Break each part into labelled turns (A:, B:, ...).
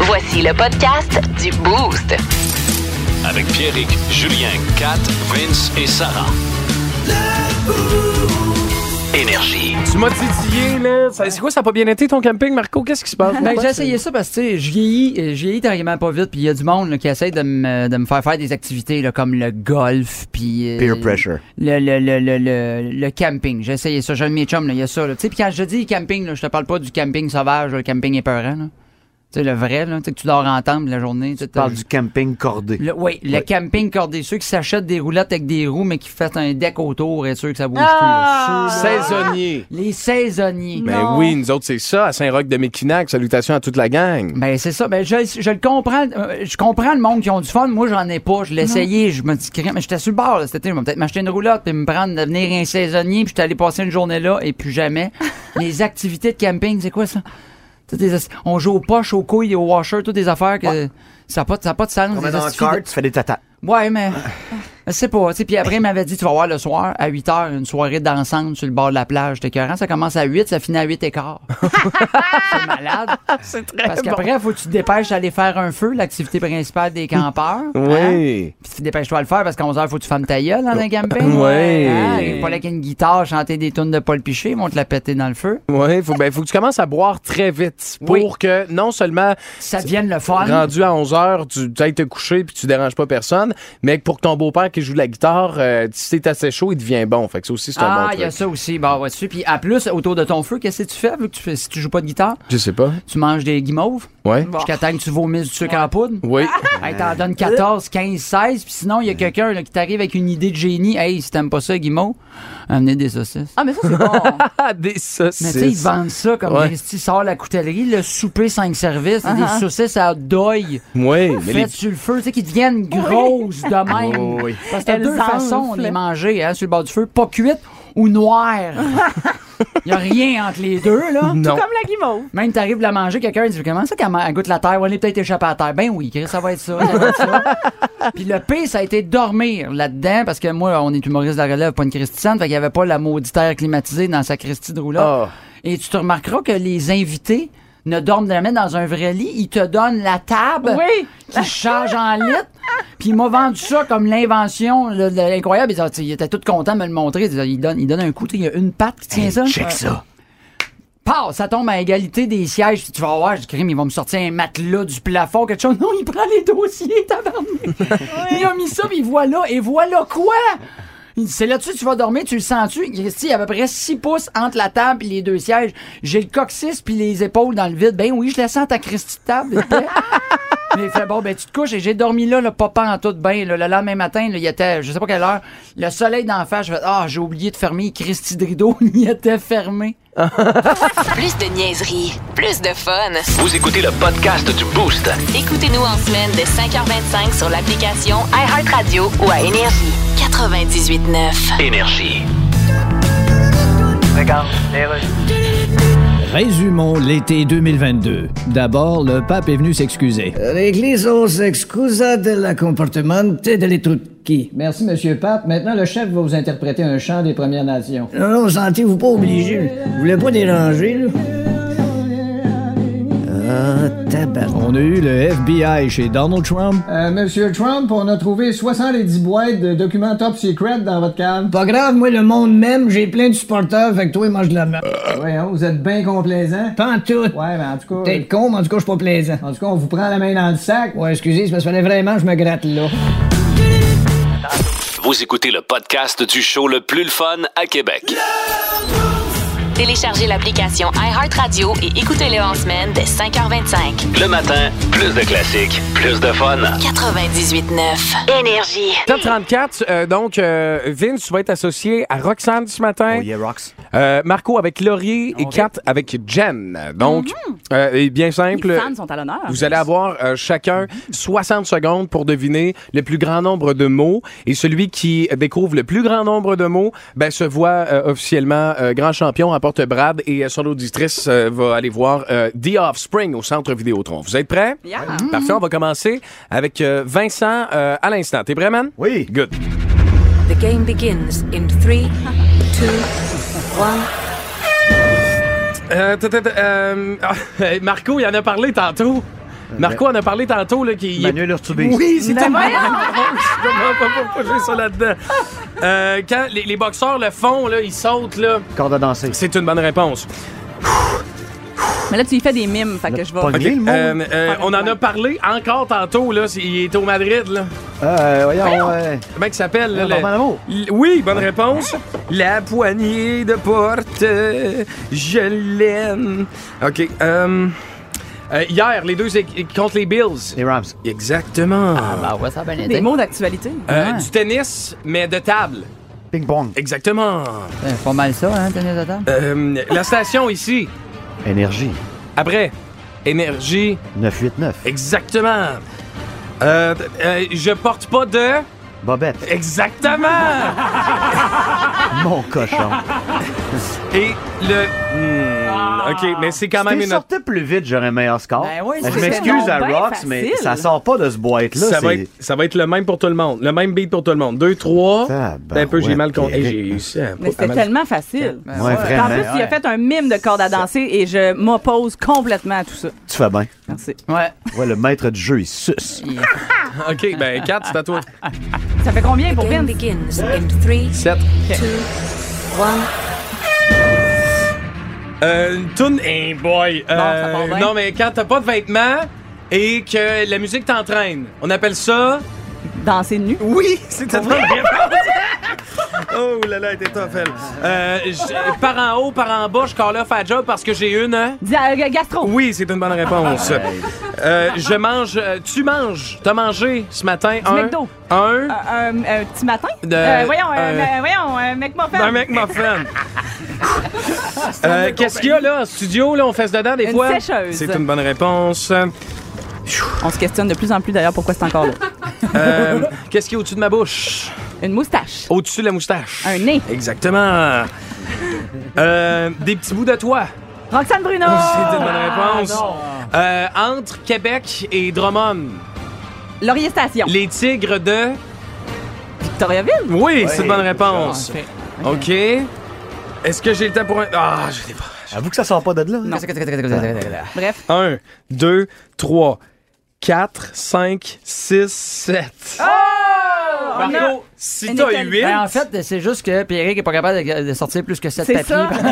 A: Voici le podcast du Boost.
B: Avec Pierrick, Julien, Kat, Vince et Sarah. Énergie.
C: Tu m'as titillé, là. Ça- C'est quoi, ça n'a pas bien été ton camping, Marco? Qu'est-ce qui se passe?
D: Ben, j'ai essayé ça parce que, tu sais, je vieillis, euh, je vieillis tranquillement pas vite, puis il y a du monde là, qui essaie de me, de me faire faire des activités là, comme le golf, puis. euh,
E: Peer pressure.
D: Le, le, le, le, le, le camping. J'ai essayé ça. J'ai un de mes chums, là, il y a ça. là. Tu sais, puis quand je dis camping, là, je te parle pas du camping sauvage, le camping épeurant. là. Tu sais, le vrai, là, tu sais, que tu dors en tente la journée. Tu
E: Tu parles du camping cordé.
D: Le, oui, le camping cordé. Ceux qui s'achètent des roulettes avec des roues, mais qui font un deck autour, et sûr que ça bouge plus.
C: Saisonnier.
D: Les saisonniers.
C: Ben oui, nous autres, c'est ça, à Saint-Roch-de-Méquinac. Salutations à toute la gang.
D: Ben c'est ça, ben je, je le comprends, Euh, je comprends le monde qui ont du fun, moi j'en ai pas, je l'ai essayé, je me dis crème, mais j'étais sur le bord là, cet été, je vais peut-être m'acheter une roulotte puis me prendre devenir un saisonnier, puis j'étais allé passer une journée là et puis jamais. Les activités de camping, c'est quoi ça C'est des ass- on joue aux poches, aux couilles, aux washers, toutes des affaires que ça n'a pas, de- ça a pas de sens.
E: On
D: des
E: met dans le
D: astuces de-
E: cart, tu fais des tatas.
D: Ouais, mais mais c'est pas, tu sais, puis après il m'avait dit tu vas voir le soir à 8 heures une soirée d'ensemble sur le bord de la plage, c'était écœurant, ça commence à 8, ça finit à 8 et quart. c'est malade.
C: C'est très
D: Parce qu'après, faut que tu te dépêches d'aller faire un feu, l'activité principale des campeurs. hein?
C: Oui.
D: Puis tu dépêches-toi à le faire parce qu'à 11h, faut que tu fermes ta gueule dans un camping.
C: Ouais.
D: Hein? Il faut là qu'il y ait une guitare, chanter des tunes de Paul Piché, ils vont te la péter dans le feu.
C: Oui, faut, ben, faut que tu commences à boire très vite pour
D: Oui.
C: que non seulement
D: Ça devienne le fun.
C: rendu à 11 heures, tu tu ailles te coucher puis tu déranges pas personne, mais que pour que ton beau-père qui joue de la guitare, euh, si t'es assez chaud, il devient bon. Fait que ça aussi, c'est un
D: Ah,
C: bon
D: il y a
C: truc.
D: ça aussi. Bah, ouais, dessus. Puis à plus, autour de ton feu, qu'est-ce que tu fais vu que tu fais- si tu joues pas de guitare?
C: Je sais pas.
D: Tu manges des guimauves?
C: Ouais.
D: Jusqu'à temps que tu vomisses du sucre en poudre? Ah!
C: Oui.
D: Hey, t'en donnes 14, 15, 16, puis sinon, il y a quelqu'un là, qui t'arrive avec une idée de génie. Hey, si t'aimes pas ça, Guimauve, amenez des saucisses.
F: Ah, mais ça, c'est bon.
C: Ah, des saucisses.
D: Mais tu sais, ils vendent ça comme
C: Ouais.
D: des petits sorts à la coutellerie, le souper 5 services, et
F: Uh-huh.
D: des saucisses à deuil.
C: Oui, mais les-
D: Faites sur le feu, tu sais, qui deviennent grosses de même.
C: Oui, oui.
D: Parce que t'as
F: Elles
D: deux façons
F: enflent.
D: de les manger, hein, sur le bord du feu. Pas cuites ou noires. Il a rien entre les deux, là.
C: Non.
F: Comme la guimauve.
D: Même t'arrives de la manger, quelqu'un dit comment ça qu'elle ma- elle goûte la terre, on est peut-être échappé à la terre. Ben oui, Chris, ça va être ça. ça va être ça. Puis le pire, ça a été dormir là-dedans parce que moi, on est humoriste de la relève, pas une Christiane, fait qu'il y avait pas la maudite air climatisée dans sa Christie de roulotte.
C: Ah.
D: Et tu te remarqueras que les invités ne dorment jamais dans un vrai lit, ils te donnent la table
F: Oui.
D: qui change en litre. Puis il m'a vendu ça comme l'invention le- le- incroyable. Ils, ont- ils étaient tous contents de me le montrer. Ils, ont- ils donnent, ils donnent un coup, tu sais, il y a une patte qui tient ça.
E: Check ça.
D: Pow, ça tombe à égalité des sièges. Puis Tu vas voir, je dis, crime, ils vont me sortir un matelas du plafond, quelque chose. Non, il prend les dossiers, tabarnak. il a mis ça, puis voilà, et voilà quoi? Il dit, C'est là-dessus que tu vas dormir, tu le sens-tu? Christy, il y a à peu près 6 pouces entre la table et les deux sièges. J'ai le coccyx puis les épaules dans le vide. Ben oui, je la sens ta Christy de table. épais. Mais il fait bon, ben tu te couches et j'ai dormi là, le papa en tout bain. là. le lendemain matin, là, il était, je sais pas quelle heure, le soleil d'en face, je fais Ah, j'ai oublié de fermer Christy de rideau, il était fermé.
A: Plus de niaiserie, plus de fun.
B: Vous écoutez le podcast du Boost.
A: Écoutez-nous en semaine de 5h25 sur l'application iHeartRadio ou à Énergie. 98.9.
B: Énergie.
G: Résumons l'été 2022. D'abord, le pape est venu s'excuser.
H: L'Église s'excusa de la comportement de les qui.
G: Merci, Monsieur Pape. Maintenant, le chef va vous interpréter un chant des Premières Nations.
H: Non, non, sentez-vous pas obligé. Vous voulez pas déranger, là? Ah, tabarnak.
G: On a eu le FBI chez Donald Trump. Euh, Monsieur Trump, on a trouvé 70 boîtes de documents top secret dans votre cave.
H: Pas grave, moi, le monde même, j'ai plein de supporters, fait que toi, mange de la merde.
G: Ouais, hein, vous êtes bien complaisant.
H: Pas en tout.
G: Ouais, mais en tout cas, euh,
H: Peut-être con, mais en tout cas, je suis pas plaisant.
G: en tout cas, on vous prend la main dans le sac.
H: Ouais, excusez, c'est parce qu'il fallait vraiment que je me gratte là.
B: Vous écoutez le podcast du show le plus le fun à Québec.
A: Téléchargez l'application iHeartRadio et écoutez-le en semaine de 5h25.
B: Le matin, plus de classiques, plus de fun.
A: 98.9. Énergie.
C: 734, euh, donc, euh, Vince, tu vas être associé à Roxane ce matin.
E: Oh yeah, rocks.
C: Euh, Marco avec Laurier et Kat avec Jen. Donc, euh, et bien simple.
F: Les fans sont à l'honneur.
C: Vous allez avoir euh, chacun 60 secondes pour deviner le plus grand nombre de mots. Et celui qui découvre le plus grand nombre de mots ben, se voit euh, officiellement euh, grand champion, remporte Brad et euh, son auditrice euh, va aller voir euh, The Offspring au Centre Vidéotron. Vous êtes prêts?
F: Yeah.
C: Parfait, on va commencer avec euh, Vincent euh, à l'instant. T'es prêt, man?
E: Oui.
C: Good.
I: The game begins in three, two, one.
C: Euh, t'as- t'as- t'as- euh, ah, Marco, il en a parlé tantôt. Marco en a parlé tantôt, là, qui.
E: Manuel Urtubis.
C: Oui, c'est tellement drôle. Je comprends pas pourquoi j'ai ça là-dedans. Euh, quand les, les boxeurs le font, là, ils sautent, là.
E: Corde à danser.
C: C'est une bonne réponse.
F: Mais là, tu y fais des mimes, fait que je vais.
E: Pas
C: OK,
E: le mot.
C: euh, euh, on en a parlé encore tantôt, là. c'est- Il était au Madrid, là.
E: Euh, voyons, ouais.
C: Comment il s'appelle, là?
E: Euh, Norman Amour.
C: L- Oui, bonne réponse. La poignée de porte, euh, je l'aime. OK. euh, euh, hier, les deux é- contre les Bills.
E: Les Rams.
C: Exactement.
D: Ah ouais, ça a bien été.
F: Des mots d'actualité.
C: Euh,
D: ouais.
C: Du tennis, mais de table.
E: Ping-pong.
C: Exactement.
D: C'est pas mal ça, hein, tennis de table.
C: Euh, la station ici.
E: Énergie.
C: Après, énergie.
E: 989.
C: Exactement. Euh, euh, je porte pas de.
E: Bobette.
C: Exactement.
E: Mon cochon.
D: hein.
C: Et le. Hmm, ok, mais c'est quand même
E: Si
C: une.
E: sorti plus vite, j'aurais un meilleur score.
D: Ben oui,
E: je
D: c'est ben
E: m'excuse
F: donc
E: à
F: bien
E: Rox, mais
F: facile.
E: ça sort pas de ce boîte-là.
C: ça, va
E: c'est-
C: être, ça va être le même pour tout le monde. Le même beat pour tout le monde. 2, 3.
E: Tabarouette,
C: Un peu, j'ai mal compté.
E: Eric.
C: Hey, j'ai- ça,
F: Mais
C: pas
F: c'était
C: mal.
F: tellement facile.
E: Ouais,
F: En
E: vraiment.
F: plus, il a fait un mime de corde à danser et je m'oppose complètement à tout ça. Euh,
E: Tu fais bien.
F: Merci.
D: Ouais.
E: Ouais, le maître du jeu, il suce.
C: OK, ben 4, c'est à toi.
F: Ça fait combien
I: The
F: pour
I: game
F: Vince?
I: begins in three,
C: 7.
I: two, one.
C: Euh, une toune. Hey boy. euh,
F: Non, ça part bien.
C: non, mais quand t'as pas de vêtements et que la musique t'entraîne, on appelle ça.
F: Danser nu.
C: Oui, c'est une bonne réponse. Oh là là, elle était tough, elle. Euh, je- par en haut, par en bas, je call off à job parce que j'ai une. hein?
F: Dis- euh, Gastro.
C: Oui, c'est une bonne réponse. Euh, je mange. euh, tu manges. T'as mangé ce matin un.
F: McDo. Euh,
C: Un.
F: Un- Un un petit matin?
C: De-
F: Euh, voyons, un,
C: euh,
F: euh, voyons, un McMuffin.
C: Un McMuffin. Euh, Qu'est-ce qu'il y a là en studio? Là, on fesse dedans des
F: ben. Une
C: fois.
F: sécheuse.
C: C'est une bonne réponse.
F: On se questionne de plus en plus d'ailleurs pourquoi c'est encore là.
C: Euh, Qu'est-ce qu'il y a au-dessus de ma bouche?
F: Une moustache.
C: Au-dessus de la moustache.
F: Un nez.
C: Exactement. Euh, des petits bouts de toi.
F: Roxane Ah, Bruno.
C: C'est une bonne réponse. Euh, entre Québec et Drummond,
F: Laurier Station.
C: les tigres de.
F: Victoriaville.
C: Oui, c'est une bonne réponse. OK. Est-ce que j'ai le temps pour un. Ah, je l'ai pas.
E: Avoue que ça sort pas de là. hein?
D: Non.
F: Bref.
C: 1, 2, 3, 4, 5, 6, 7. Marco, si
F: Une
C: t'as
F: étale.
C: 8.
D: Ben, en fait, c'est juste que Pierrick est pas capable de, de sortir plus que 7
F: C'est
D: papiers.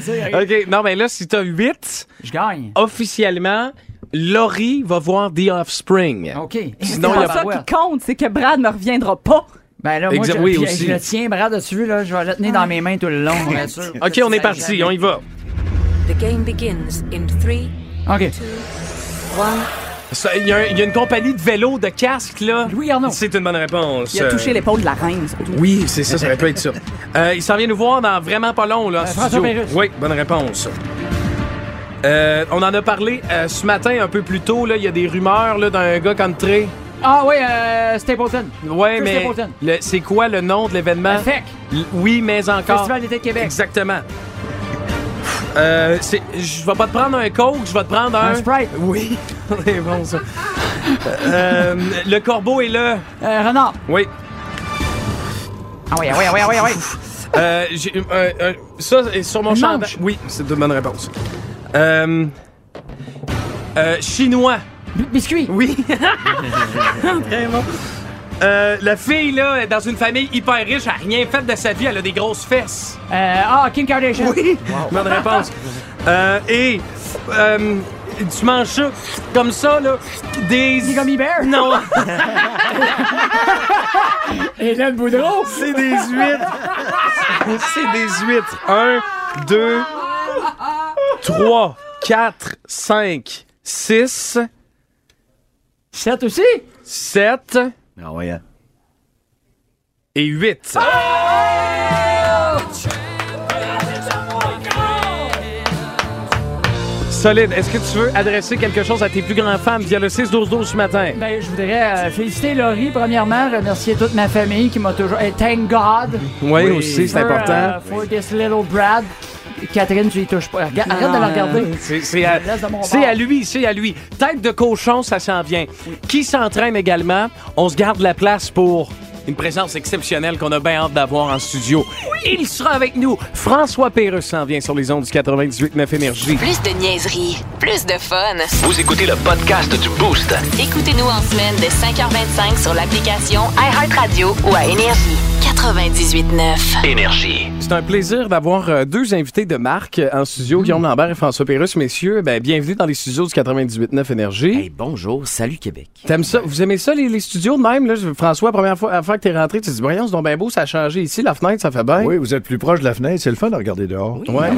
F: ça.
C: OK, non, mais là, si t'as 8,
D: Je gagne.
C: officiellement, Laurie va voir The Offspring.
D: OK.
C: Sinon,
F: C'est
C: il y a
F: pas ça qui compte, c'est que Brad ne reviendra pas.
D: Ben là, moi,
C: Exact-
D: je,
C: oui,
D: puis,
C: aussi.
D: je le tiens, bras dessus, là. Je vais le tenir dans mes mains tout le long, bien sûr.
C: OK, on est parti, on y va.
I: The game begins in three,
D: OK.
I: one.
C: Ça, Il y, a un- il y a une compagnie de vélos, de casques, là.
D: Louis Arnaud.
C: C'est une bonne réponse.
F: Il a touché
C: Euh,
F: l'épaule de la reine, surtout.
C: Oui, c'est ça, ça aurait pu être ça. Euh, il s'en vient nous voir dans vraiment pas long, là. en
D: Euh, François
C: studio.
D: Pérus.
C: Oui, bonne réponse. Euh, on en a parlé euh, ce matin un peu plus tôt, là. Il y a des rumeurs là, d'un gars country.
D: Ah oui, euh, Stapleton.
C: Ouais,
D: Chris
C: mais
D: Stapleton.
C: le- c'est quoi le nom de l'événement?
D: Le FEC.
C: L- Oui, mais encore.
D: Festival d'été de Québec.
C: Exactement. Euh, c'est- je vais pas te prendre un coke, je vais te prendre un...
D: Un Sprite.
C: Oui, c'est bon ça. Euh, le corbeau est là.
D: Euh, Renard.
C: Oui.
D: Ah oui, ah oui, ah oui, ah oui, ah oui.
C: Euh, j'ai- euh, euh, ça, c'est sur mon
D: Une
C: chandail.
D: manche.
C: Oui, c'est une bonne réponse. Euh, euh, chinois.
D: B- Biscuit.
C: Oui. Vraiment. Euh, la fille, là, est dans une famille hyper riche, elle a rien fait de sa vie, elle a des grosses fesses.
D: Euh, ah, Kim Kardashian.
C: Oui. Bonne réponse. Euh, et euh, tu manges ça comme ça, là, des...
D: Des gummy bears.
C: Non,
D: Hélène Boudreau.
C: c'est des huîtres. C'est des huîtres. Un, deux, trois, quatre, cinq, six,
D: 7 aussi.
C: sept
E: Ah ouais, hein.
C: et huit. Solide. Est-ce que tu veux adresser quelque chose à tes plus grands fans via le 6-12-12 ce matin?
D: Ben, je voudrais euh, féliciter Laurie, premièrement, remercier toute ma famille qui m'a toujours. Et thank God.
C: Oui, aussi, c'est
D: for,
C: important.
D: euh, for this little Brad. Catherine, tu y touches pas. Regarde- Ben, arrête de la
J: Ah.
D: regarder.
C: Ah, C'est- C'est à,
D: Je laisse de mon
C: c'est
D: bord.
C: à lui, c'est à lui. Tête de cochon, ça s'en vient. Qui s'entraîne également, on se garde la place pour une présence exceptionnelle qu'on a bien hâte d'avoir en studio. Il sera avec nous. François Pérussant vient sur les ondes du 98.9 Énergie.
A: Plus de niaiserie, plus de fun.
B: Vous écoutez le podcast du Boost.
A: Écoutez-nous en semaine de 5h25 sur l'application iHeartRadio ou à Énergie. 98.9.
B: Énergie.
C: C'est un plaisir d'avoir euh, deux invités de marque euh, en studio,
J: Hmm.
C: Guillaume Lambert et François Pérusse. Messieurs, ben, bienvenue dans les studios du 98.9 Énergie.
J: Hey, bonjour, salut Québec.
C: T'aimes ça? Vous aimez ça, les, les studios de même? Là? Je- François, première fois, avant que t'es rentré, tu te dis, voyons, c'est donc bien beau, ça a changé ici, la fenêtre, ça fait bien.
G: Oui, vous êtes plus proche de la fenêtre, c'est le fun de regarder dehors.
C: Ouais.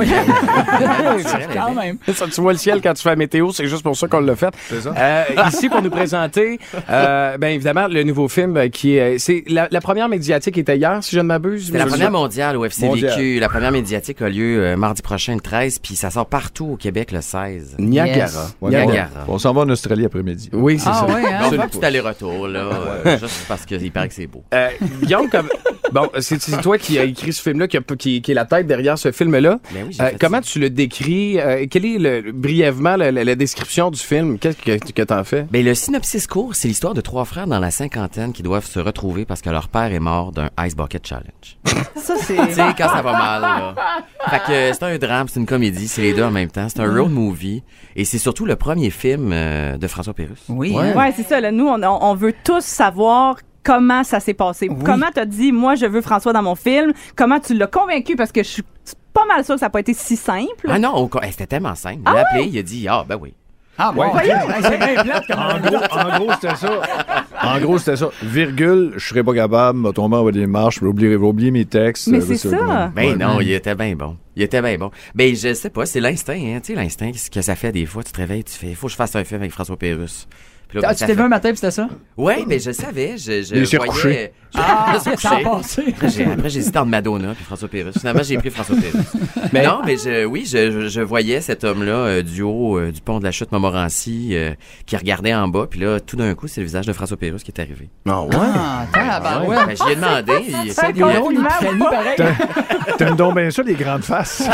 D: Quand même.
C: Ça, tu vois le ciel quand tu fais la météo, c'est juste pour ça qu'on l'a fait.
G: C'est ça.
C: Euh, ici, pour nous présenter, euh, bien évidemment, le nouveau film euh, qui est. C'est la, la première médiatique était hier, si je ne m'abuse.
J: C'était la
C: Monsieur-
J: première mondiale au FCVQ.
G: Mondiale.
J: La première médiatique a lieu euh, mardi prochain, le 13, puis ça sort partout au Québec le 16.
C: Niagara.
D: Yes.
G: Ouais,
J: Niagara.
G: on- On s'en va en Australie après-midi.
C: Oui, c'est
D: Ah
C: ça.
D: ouais, hein?
J: On fait un petit aller-retour, là, euh, juste parce qu'il paraît que c'est beau.
C: Euh, Guillaume, comme... bon, c'est c'est toi qui as écrit ce film-là, qui, a- qui- qui est la tête derrière ce film-là.
J: Ben oui, j'ai
C: Euh,
J: fait
C: comment
J: ça.
C: tu le décris? Euh, quelle est le- brièvement la, la- la description du film? Qu'est-ce que, que t'en fais?
J: Ben, le synopsis court, c'est l'histoire de trois frères dans la cinquantaine qui doivent se retrouver parce que leur père est mort d'un Ice Bucket Challenge.
F: Ça, c'est.
J: tu sais, quand ça va mal, là. Fait que euh, c'est un drame, c'est une comédie, c'est les deux en même temps. C'est un road movie. Et c'est surtout le premier film euh, de François Pérusse.
D: Oui.
C: Ouais.
D: hein?
F: Ouais, c'est ça. Là, nous, on, on- on veut tous savoir comment ça s'est passé.
D: Oui.
F: Comment t'as dit, moi, je veux François dans mon film. Comment tu l'as convaincu parce que je suis pas mal sûre que ça n'a pas été si simple.
J: Ah non, au co- eh, c'était tellement simple. Il l'a appelé, il a dit, ah ben oui.
D: Ah bon, ok. Hey, c'est bien plate comme
G: En gros, en gros, c'était ça. En gros, c'était ça. Virgule, je serais pas capable, m'a tombé en bas des marches, je vais oublier, je vais oublier mes textes.
F: Mais
G: euh,
F: c'est ça.
J: Ben
G: Ouais,
J: non,
G: mais-
J: il était bien bon. Il était bien bon. Ben je sais pas, c'est l'instinct, hein. Tu sais, l'instinct, ce que ça fait des fois, tu te réveilles, tu fais, il faut que je fasse un film avec François Pérusse. Puis là,
D: Ah,
J: ben,
D: tu
J: ça
D: t'es vu
J: fait-
D: un matin, puis c'était ça?
J: Ouais, ben je savais, je, je
G: Il s'est
J: voyais-
G: recouché.
J: je- je me suis
D: Ah, ça a
J: couché.
D: passé.
J: Après, j'ai- Après, j'ai hésité entre Madonna puis François Pérusse. Finalement, j'ai pris François Pérusse.
C: Mais-
J: non, mais je, oui, je, je- je voyais cet homme-là euh, du haut euh, du pont de la chute Montmorency euh, qui regardait en bas. Puis là, tout d'un coup, c'est le visage de François Pérusse qui est arrivé.
C: Non,
D: Ah, tabarouette.
J: Ben, j'y ai demandé. il-
F: C'est
D: Des drôles,
F: compliment
D: ils traînent
F: ou pas?
D: pareil.
G: T'aimes donc bien ça, les grandes faces.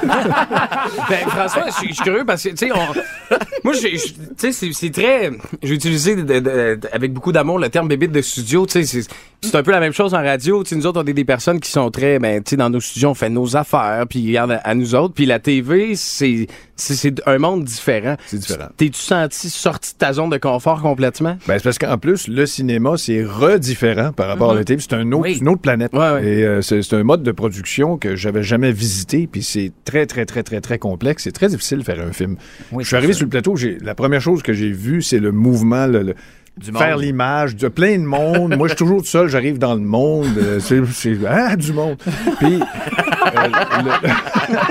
C: Ben, François, je suis- je suis curieux parce que, tu sais, on- moi, j'ai- je- tu sais, c'est- c'est très. J'ai utilisé de- de- de- avec beaucoup d'amour le terme bébite de studio. Tu sais, c'est- c'est un peu la même chose en radio. Tu sais, nous autres, on est des personnes qui sont très. Ben, tu sais, dans nos studios, on fait nos affaires, puis ils regardent à, à nous autres. Puis la TV, c'est c'est- c'est un monde différent.
G: C'est différent.
C: T'es-tu senti sorti de ta zone de confort complètement?
G: Ben, c'est parce qu'en plus, le cinéma, c'est redifférent par rapport à la télé. C'est un autre,
J: Oui.
G: une autre planète.
C: Ouais, ouais.
G: Et euh, c'est c'est un mode de production que j'avais jamais visité. Puis c'est très, très, très, très, très complexe. C'est très difficile de faire un film.
D: Oui,
G: Je suis arrivé
D: c'est
G: sur le plateau. j'ai- La première chose que j'ai vue, c'est le mouvement, le, le-
J: Du
G: faire
J: monde.
G: l'image de plein de monde. Moi, je suis toujours tout seul. J'arrive dans le monde. euh, c'est c'est- ah, du monde. Puis. euh, le-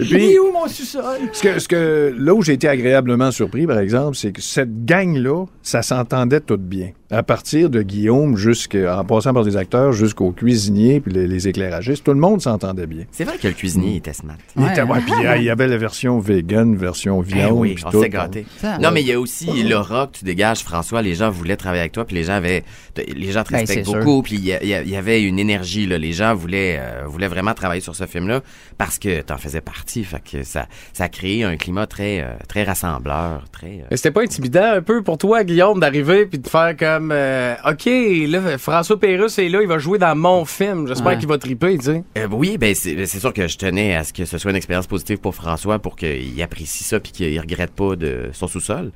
G: Et puis-
D: Il est où mon sous-sol?
G: ce que, ce que, là où j'ai été agréablement surpris, par exemple, c'est que cette gang-là, ça s'entendait tout bien. À partir de Guillaume, jusqu'en passant par les acteurs, jusqu'aux cuisiniers, puis les, les éclairagistes, tout le monde s'entendait bien.
J: C'est vrai que le cuisinier était smart.
G: Il
D: Ouais,
G: était- ouais, puis, ah, il y avait la version vegan, version
J: Eh
G: viande.
J: oui,
G: puis
J: on
G: tout.
J: s'est gâté.
D: hein. Ça.
J: Non, mais il y a aussi l'aura que tu dégages, François. Les gens voulaient travailler avec toi, puis les gens avaient, les gens te
D: Ben,
J: respectent
D: c'est sûr.
J: beaucoup, puis il y, a- il y a- il y avait une énergie là. Les gens voulaient, euh, voulaient vraiment travailler sur ce film-là parce que t'en faisais partie. Fait que ça, ça a créé un climat très, euh, très rassembleur, très. euh,
C: Mais c'était pas intimidant un peu pour toi, Guillaume, d'arriver puis de faire comme euh, OK, là, François Pérusse est là, il va jouer dans mon film. J'espère
D: Ouais.
C: qu'il va triper, tu sais.
J: Euh, oui, ben c'est c'est sûr que je tenais à ce que ce soit une expérience positive pour François pour qu'il apprécie ça puis qu'il regrette pas de son sous-sol.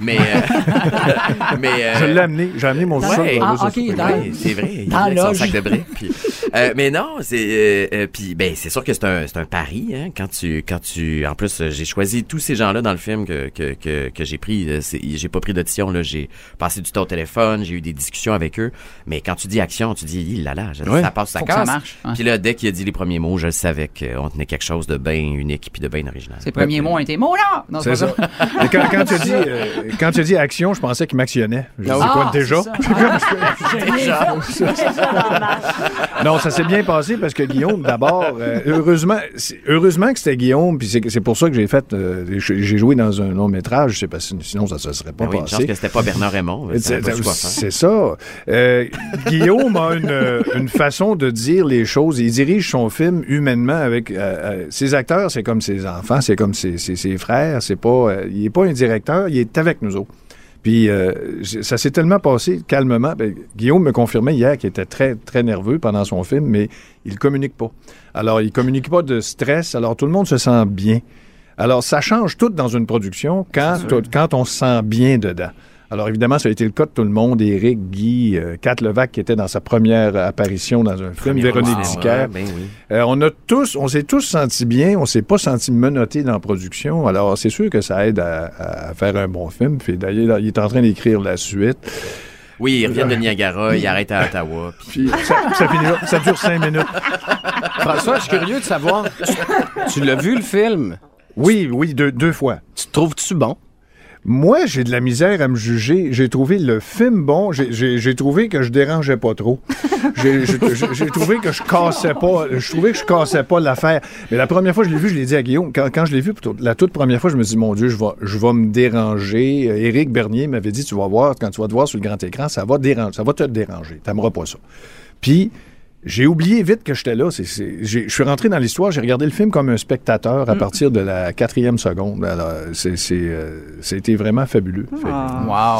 J: Mais, euh, mais euh,
G: Je l'ai amené, j'ai amené mon
J: Ouais.
G: chou-
J: Ah,
G: ça,
D: ok,
G: c'est-
D: dans-
J: Ouais, c'est vrai. Il
D: Dans
J: a
D: la
J: son
D: loge.
J: sac de briques. puis- Euh, mais non, c'est euh, euh, puis ben c'est sûr que c'est un c'est un pari hein, quand tu quand tu en plus euh, j'ai choisi tous ces gens là dans le film que que que, que j'ai pris euh, c'est- j'ai pas pris d'audition là j'ai passé du temps au téléphone j'ai eu des discussions avec eux mais quand tu dis action tu dis il là là je-
C: Ouais.
J: ça passe ça
D: Faut que ça
J: casse
D: marche, ouais.
J: puis là dès qu'il a dit les premiers mots je le savais qu'on tenait quelque chose de bien unique puis de bien original
D: Ses premiers mots ont été mon là! Non,
G: C'est
D: pas
G: ça. Et quand, quand tu as dit, euh, quand tu as dit action, je pensais qu'il m'actionnait. Je dis,
C: Ah,
G: c'est quoi
D: c'est
G: déjà?
D: ça. Ah,
G: Non, ça s'est bien passé parce que Guillaume, d'abord, euh, heureusement, c'est- heureusement que c'était Guillaume, puis c'est c'est pour ça que j'ai fait, euh, j'ai j'ai joué dans un long métrage, je sais pas si- sinon ça se serait pas
J: Ben oui, je pense
G: passé.
J: que c'était pas Bernard Raymond ça
G: C'est
J: aurait pas su quoi faire.
G: c'est ça. Euh, Guillaume a une, euh, une façon de dire les choses. Il dirige son film humainement avec euh, euh, ses acteurs. C'est comme ses enfants, c'est comme ses, ses- ses frères. C'est pas, euh, il est pas un directeur. Il est avec nous autres. Puis euh, j'ai- ça s'est tellement passé calmement. Ben, Guillaume me confirmait hier qu'il était très, très nerveux pendant son film, mais il communique pas. Alors, il communique pas de stress. Alors, tout le monde se sent bien. Alors, ça change tout dans une production quand, t'as- quand on se sent bien dedans. Alors, évidemment, ça a été le cas de tout le monde. Éric, Guy, euh, Kat Levac, qui était dans sa première apparition dans un film,
J: Première
G: Véronique
J: au cinéma,
G: Dicker.
J: ben oui.
G: Euh, on a tous, on s'est tous sentis bien, on s'est pas sentis menottés dans la production. Alors, c'est sûr que ça aide à, à faire un bon film. Puis d'ailleurs, il est en train d'écrire la suite.
J: Oui, ils reviennent de Niagara, ils arrêtent à Ottawa.
G: Puis ça, ça finit là. Ça dure cinq minutes.
C: François, je suis curieux de savoir, tu, tu l'as vu le film?
G: Oui, oui, deux, deux fois.
C: Tu te trouves-tu bon?
G: Moi, j'ai de la misère à me juger. J'ai trouvé le film bon. J'ai- J'ai j'ai trouvé que je dérangeais pas trop. J'ai j'ai- j'ai- j'ai trouvé que je cassais pas. Je trouvais que je cassais pas l'affaire. Mais la première fois que je l'ai vu, je l'ai dit à Guillaume. Quand, quand je l'ai vu, plutôt, la toute première fois, je me suis dit, mon Dieu, je vais, je vais me déranger. Euh, Éric Bernier m'avait dit, tu vas voir, quand tu vas te voir sur le grand écran, ça va, déranger, ça va te déranger. T'aimeras pas ça. Puis, j'ai oublié vite que j'étais là. C'est- c'est- j'ai- Je suis rentré dans l'histoire, j'ai regardé le film comme un spectateur à partir de la quatrième seconde. Alors, c'est- c'est, euh, c'était vraiment fabuleux.
F: Mm.
G: Fait que-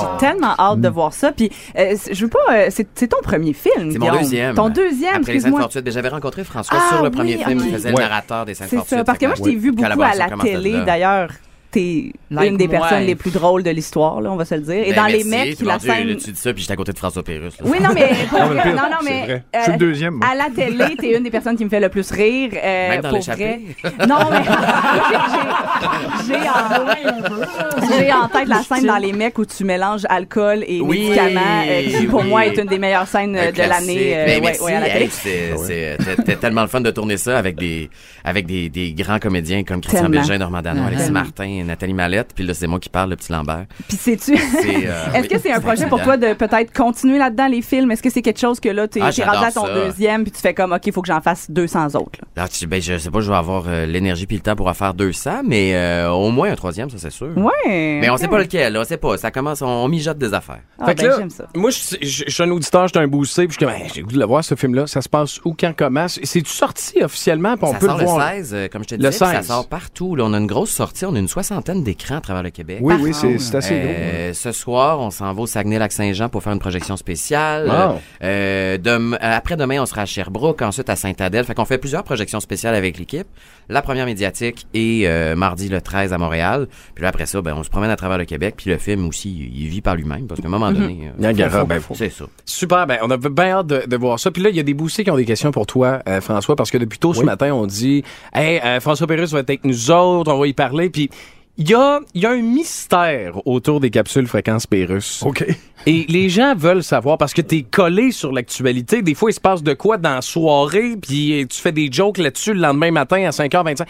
F: J'ai tellement hâte de voir ça. Puis, euh, c'est- je veux pas. euh, c'est c'est ton premier film.
J: C'est mon
F: Guillaume.
J: deuxième.
F: Ton deuxième,
J: Après les Saintes
F: excuse-moi.
J: Fortuites. Ben, J'avais rencontré François
F: Ah
J: sur le
F: oui,
J: premier film.
F: ok.
J: Il faisait
G: Ouais.
J: le narrateur des Saintes
F: C'est
J: Fortuites.
F: ça. Parce que moi, je t'ai vu beaucoup à la
J: Collaboration commence de
F: télé.
J: là.
F: D'ailleurs, t'es
D: Like
F: une des
D: moi.
F: personnes les plus drôles de l'histoire, là, on va se le dire. Et
J: Ben,
F: dans les
J: merci,
F: mecs,
J: tu
F: qui la
J: m'as dit,
F: scène.
J: là, Tu dis ça, puis j'étais à côté de François Pérus. là.
F: Oui, non, mais. pour
G: Non, mais le
F: vrai,
G: pire,
F: non, non,
G: c'est
F: mais. euh,
G: vrai. Je suis le deuxième, moi.
F: À la télé, t'es une des personnes qui me fait le plus rire. euh,
J: Même dans
F: pour vrai.
J: l'échappée.
F: Non, mais. j'ai- j'ai en- J'ai en tête la scène dans Les Mecs où tu mélanges alcool et
J: Oui,
F: médicaments, euh, qui pour
J: oui.
F: moi est une des meilleures scènes
J: Un
F: euh, de l'année. euh,
J: classique. Ben,
F: ouais,
J: merci.
F: ouais, à la télé.
J: Hey,
C: Ah
J: c'est- c'est- C'était tellement le fun de tourner ça avec des, avec des, des grands comédiens comme Christian
F: Tellement.
J: Belgin, Normand Dano, Alexis Martin, Nathalie Mallette. Puis là, c'est moi qui parle, le petit Lambert.
F: Puis sais-tu.
J: C'est, euh,
F: Est-ce que
J: oui,
F: c'est un projet
J: excellent.
F: pour toi de peut-être continuer là-dedans les films? Est-ce que c'est quelque chose que là, t'es
J: Ah,
F: t'es
J: j'adore
F: rendu à ton
J: ça.
F: deuxième puis tu fais comme, OK, il faut que j'en fasse 200 autres? là.
J: Là, tu- ben, je sais pas, je vais avoir euh, l'énergie puis le temps pour en faire 200, mais euh, au moins un troisième, ça, c'est sûr.
F: Ouais.
J: Mais on sait
F: ok.
J: pas lequel, là, on sait pas. Ça commence, on, on mijote des affaires.
F: Ah,
C: Fait que
F: ben,
C: là,
F: j'aime ça.
C: moi, je, je- je suis un auditeur, je suis un boosté, puis je suis comme, Hey, j'ai le goût de le voir, ce film-là. Ça se passe où, quand, comment? C'est- C'est-tu sorti officiellement? Puis on
J: ça
C: peut
J: sort
C: le voir.
J: le 16, euh, comme je te
C: Le
J: disais, puis
C: 16.
J: ça sort partout. Là, on a une grosse sortie, on a une soixantaine d'écrans à travers le Québec.
G: Oui, oui, c'est c'est assez gros.
J: Euh, ce soir, on s'en va au Saguenay-Lac-Saint-Jean pour faire une projection spéciale.
C: Wow.
J: Euh, dem- euh, Après-demain, on sera à Sherbrooke, ensuite à Sainte-Adèle. Fait qu'on fait plusieurs projections spéciales avec l'équipe. La première médiatique et euh, mardi le 13 à Montréal. Puis là, après ça, ben, on se promène à travers le Québec. Puis le film aussi, il vit par lui-même parce qu'à un
G: Mhm.
J: moment donné... euh,
C: Niagara, ben, faut-
J: c'est ça.
C: Super, ben on a bien hâte de, de voir ça. Puis là, il y a des boostés qui ont des questions pour toi, euh, François, parce que depuis tôt ce matin, on dit Hey, euh, François Pérus va être avec nous autres, on va y parler. Puis il y a, il y a un mystère autour des capsules fréquence Pérus.
G: OK.
C: Et les gens veulent savoir, parce que t'es collé sur l'actualité, des fois il se passe de quoi dans la soirée, puis euh, tu fais des jokes là-dessus le lendemain matin à 5h25.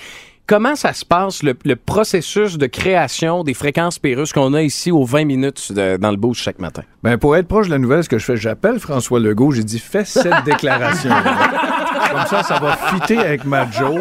C: Comment ça se passe, le, le processus de création des fréquences Pérus qu'on a ici aux 20 minutes de- dans le boost chaque matin?
G: Ben, pour être proche de la nouvelle, ce que je fais, j'appelle François Legault, j'ai dit, fais cette déclaration. Comme ça, ça va fitter avec ma Joe.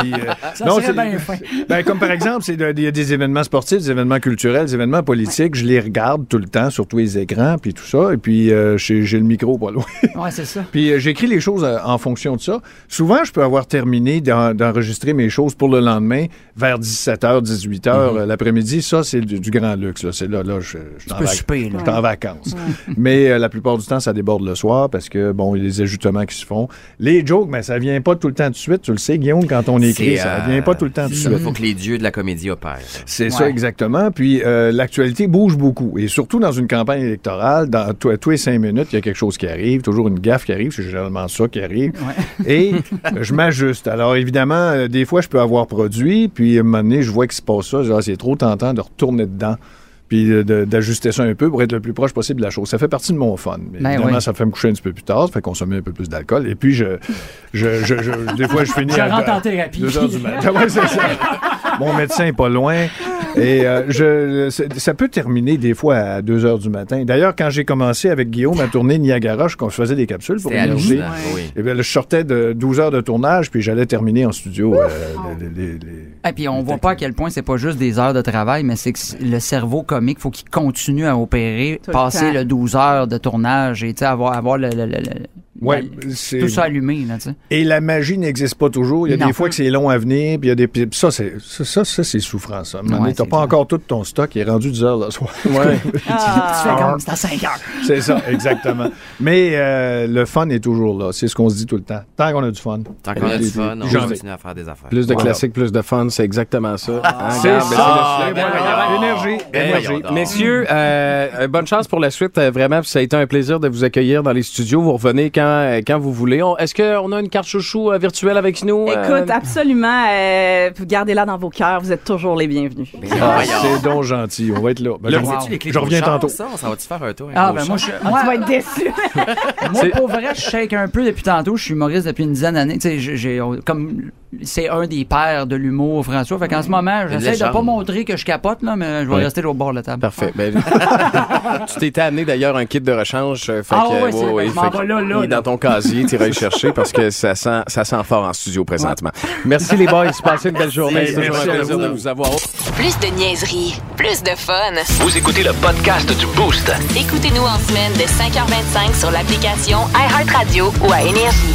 G: Puis, euh,
D: serait
G: c'est-
D: bien fin.
G: Ben, comme par exemple, c'est de- il y a des événements sportifs, des événements culturels, des événements politiques. Je les regarde tout le temps sur tous les écrans, puis tout ça. Et puis, euh, j'ai j'ai le micro pas loin.
D: Ouais, c'est ça.
G: Puis euh, j'écris les choses euh, en fonction de ça. Souvent, je peux avoir terminé d'en- d'enregistrer mes choses pour le lendemain vers 17h, 18h
D: Mhm.
G: euh, l'après-midi. Ça, c'est du, du grand luxe. Là. C'est là, là, je, je suis en
D: peux
G: vac-
D: souper, là.
G: je suis en vacances. Mais euh, la plupart du temps, ça déborde le soir parce que, bon, il y a des ajustements qui se font. Les jokes, mais ça vient pas tout le temps tout de suite. Tu le sais, Guillaume, quand on écrit,
J: C'est,
G: ça
J: euh,
G: vient pas tout le temps tout de
J: Il
G: suite.
J: faut que les dieux de la comédie opèrent.
G: C'est ça exactement. Puis euh, l'actualité bouge beaucoup. Et surtout dans une campagne électorale, dans, tous tous les cinq minutes, il y a quelque chose qui arrive, toujours une gaffe qui arrive, c'est généralement ça qui arrive. Et je m'ajuste. Alors évidemment, euh, des fois, je peux avoir produit, puis à un moment donné, je vois qu'il se passe ça, je dis, Ah, c'est trop tentant de retourner dedans. Puis euh, de- d'ajuster ça un peu pour être le plus proche possible de la chose. Ça fait partie de mon fun. Mais
D: Ben
G: évidemment,
D: oui.
G: ça fait me coucher un petit peu plus tard, ça fait consommer un peu plus d'alcool. Et puis, je, je, je- je- des fois, je finis
D: Je
G: à-
D: rentre en
G: à
D: thérapie.
G: deux heures du matin. Ouais, c'est ça. Mon médecin est pas loin. Et euh, je, ça, ça peut terminer des fois à 2 heures du matin. D'ailleurs, quand j'ai commencé avec Guillaume à tourner Niagara, je, je faisais des capsules pour
J: C'était
G: énergie.
J: hallucinant. Oui.
G: Et bien, je sortais de 12 heures de tournage, puis j'allais terminer en studio. euh, les- les- les-
D: Et Ah, puis on voit pas à quel point c'est pas juste des heures de travail, mais c'est que c- le cerveau comique, faut qu'il continue à opérer,
F: Tout le
D: passer
F: temps.
D: le 12 heures de tournage et tu sais, avoir, avoir le, le- le- le-
G: Ouais,
D: c'est tout ça allumé, là, tu sais.
G: Et la magie n'existe pas toujours. Il y a
D: Non.
G: des fois que c'est long à venir, puis il y a des. puis ça, c'est ça, ça, ça, c'est souffrant, ça. Mais
D: Ouais,
G: t'as
D: c'est
G: pas encore tout ton stock, il est rendu 10 heures le soir.
F: Ah.
K: Ah,
D: Tu fais comme, c'est à 5 heures.
G: c'est ça, exactement. Mais euh, le fun est toujours là. C'est ce qu'on se dit tout le temps. Tant qu'on a du fun.
J: Tant qu'on a du fun, on
G: Genre-
J: continue à faire des affaires.
C: Plus de
G: Wow.
C: classique, plus de fun, c'est exactement ça. Hein,
G: Ah, C'est
C: Gab? Ben,
G: ça.
C: le slogan.
G: Ben, voyons. Énergie,
C: Ben,
G: énergie.
C: voyons donc.
G: Mais
C: Messieurs, euh, euh, bonne chance pour la suite. euh, vraiment, ça a été un plaisir de vous accueillir dans les studios. Vous revenez quand, euh, quand vous voulez. On- Est-ce qu'on a une carte chouchou euh, virtuelle avec nous? euh,
F: Écoute, absolument, euh, gardez-la dans vos cœurs, vous êtes toujours les bienvenus.
G: Ah, c'est donc gentil. On va être là. Ben,
J: Le-
G: je-
J: sais-tu les clés
G: je
J: de
G: reviens
J: nos chars,
G: tantôt.
J: Ça, on s'en va-tu faire un tour? avec
D: Ah,
J: nos
D: ben
J: chars?
D: moi, je,
F: Ah,
D: moi,
F: tu vas être déçu.
D: moi, pour vrai, je shake un peu depuis tantôt. Je suis humoriste depuis une dizaine d'années. Tu sais, j'ai- j'ai- on- comme c'est un des pères de l'humour, François. Fait qu'en ce moment, j'essaie de
J: légende.
D: pas montrer que je capote, là, mais je vais
C: Ouais.
D: rester de l'autre bord de la table.
C: Parfait. Ben, tu t'étais amené d'ailleurs un kit de rechange. euh, Fait
D: Ah
C: que,
D: ouais, c'est-
C: ouais,
D: je m'en
C: fait que
D: vais là, là,
C: il est
D: là.
C: dans ton casier, tu iras le chercher parce que ça sent, ça sent fort en studio présentement. Merci les boys, passez une belle journée. C'est toujours un
G: Merci à
C: plaisir
G: vous.
C: de vous avoir.
A: Plus de niaiserie, plus de fun.
B: Vous écoutez le podcast du Boost.
A: Écoutez-nous en semaine de 5h25 sur l'application iHeartRadio ou à Énergie.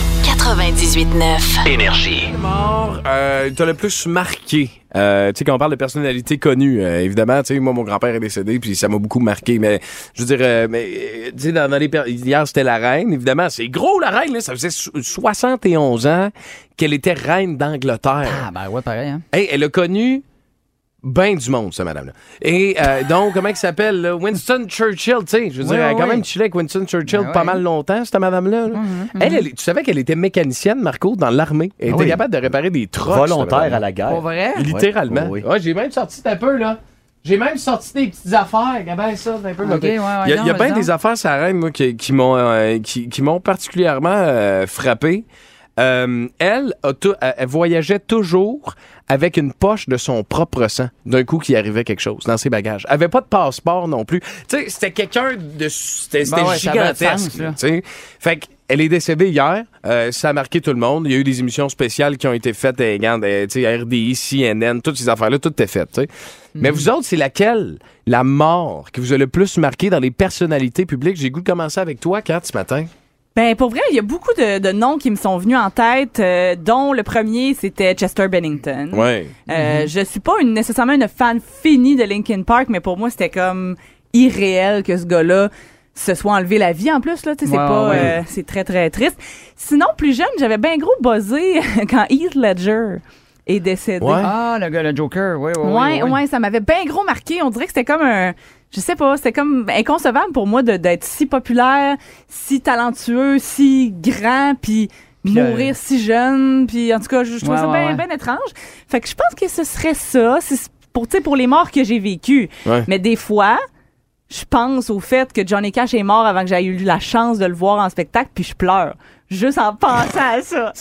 A: 98.9.
B: Énergie.
C: mort euh, t'as le plus marqué? Euh, tu sais, quand on parle de personnalités connues, euh, évidemment, tu sais, moi, mon grand-père est décédé, puis ça m'a beaucoup marqué, mais je veux dire, euh, mais, euh, tu sais, dans, dans les... per- Hier, c'était la reine, évidemment, c'est gros, la reine, là, ça faisait so- 71 ans qu'elle était reine d'Angleterre.
D: Ah, ben ouais, pareil, hein.
C: Hey, elle a connu ben du monde, ça, madame-là. Et euh, donc, comment il s'appelle, là? Winston Churchill, tu sais, je veux dire,
D: Ouais,
C: elle a quand
D: ouais.
C: même chillé avec Winston Churchill
D: Ben
C: pas
D: ouais. Mhm,
C: mal longtemps, cette madame-là. là. Elle, elle- tu savais qu'elle était mécanicienne, Marco, dans l'armée. Elle était
E: Ah oui.
C: capable de réparer des trucks. cette
E: Volontaire à la
D: Pour
E: guerre.
D: vrai?
C: Littéralement.
E: Oui, oui.
C: Ouais, j'ai même sorti un peu, là. J'ai même sorti des petites affaires. Regardez ça, c'est un peu.
D: Ok,
C: il
D: ouais, ouais,
C: y a, il y a
D: non,
C: bien
D: mais
C: des
D: non.
C: affaires, Sarah, moi, qui, qui m'ont euh, qui, qui m'ont particulièrement euh, frappé. Euh, elle, a tou- elle elle voyageait toujours avec une poche de son propre sang. D'un coup, qu'il arrivait quelque chose dans ses bagages. Elle avait pas de passeport non plus. Tu sais, c'était quelqu'un de, c'était
D: Ben ouais,
C: c'était
D: ça avait de
C: gigantesque.
D: sens, là.
C: tu sais. Fait que elle est décédée hier. Euh, ça a marqué tout le monde. Il y a eu des émissions spéciales qui ont été faites. euh, regarde, euh, tu sais, RDI, CNN, toutes ces affaires-là, tout est fait. tu sais. Mais
D: Mhm.
C: vous autres, c'est laquelle, la mort, qui vous a le plus marqué dans les personnalités publiques? J'ai le goût de commencer avec toi, Kat, ce matin.
F: Ben pour vrai, il y a beaucoup de, de noms qui me sont venus en tête, euh, dont le premier c'était Chester Bennington.
C: Oui.
F: Euh,
D: Mm-hmm.
F: Je suis pas une, nécessairement une fan finie de Linkin Park, mais pour moi c'était comme irréel que ce gars-là se soit enlevé la vie en plus là. Tu sais, c'est
D: Ouais,
F: pas,
D: ouais.
F: euh, c'est très très triste. Sinon plus jeune, j'avais bien gros buzzé quand Heath Ledger est décédé.
C: Ouais.
D: Ah, le gars, le Joker, oui, oui. oui,
F: Ouais,
D: oui.
F: ouais, ça m'avait bien gros marqué. On dirait que c'était comme un. Je sais pas, c'était comme inconcevable pour moi de- d'être si populaire, si talentueux, si grand, puis
D: Puis, euh,
F: mourir si jeune. Puis en tout cas, je, je trouve
D: Ouais,
F: ça
D: ouais,
F: bien
D: ouais.
F: bien étrange. Fait que je pense que ce serait ça. C'est pour, tu sais, pour les morts que j'ai vécues.
C: Ouais.
F: Mais des fois, je pense au fait que Johnny Cash est mort avant que j'aie eu la chance de le voir en spectacle, puis je pleure. Juste en pensant à ça.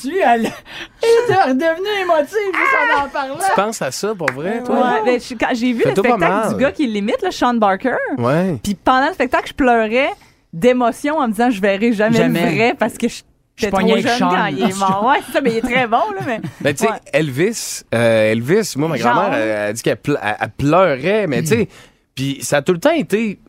D: Tu elle... Je suis redevenue émotive juste en en parlant.
C: Tu penses à ça, pour vrai,
F: Ouais,
C: toi?
F: ben, je- quand j'ai vu le
C: Fais-toi pas
F: spectacle
C: mal.
F: du gars qui l'imite, le Sean Barker,
C: Ouais.
F: Puis pendant le spectacle, je pleurais d'émotion en me disant je verrai jamais,
D: Jamais.
F: le vrai parce que je
D: Je
F: j'étais
D: pognais
F: trop
D: avec
F: jeune
D: Sean.
F: quand il est mort. Ouais, c'est ça, mais il est très bon là, mais
C: Ben, tu sais,
F: Ouais.
C: Elvis, euh, Elvis, moi, ma
F: Genre?
C: grand-mère, elle, elle dit qu'elle ple- elle- elle pleurait, mais tu sais, puis ça a tout le temps été.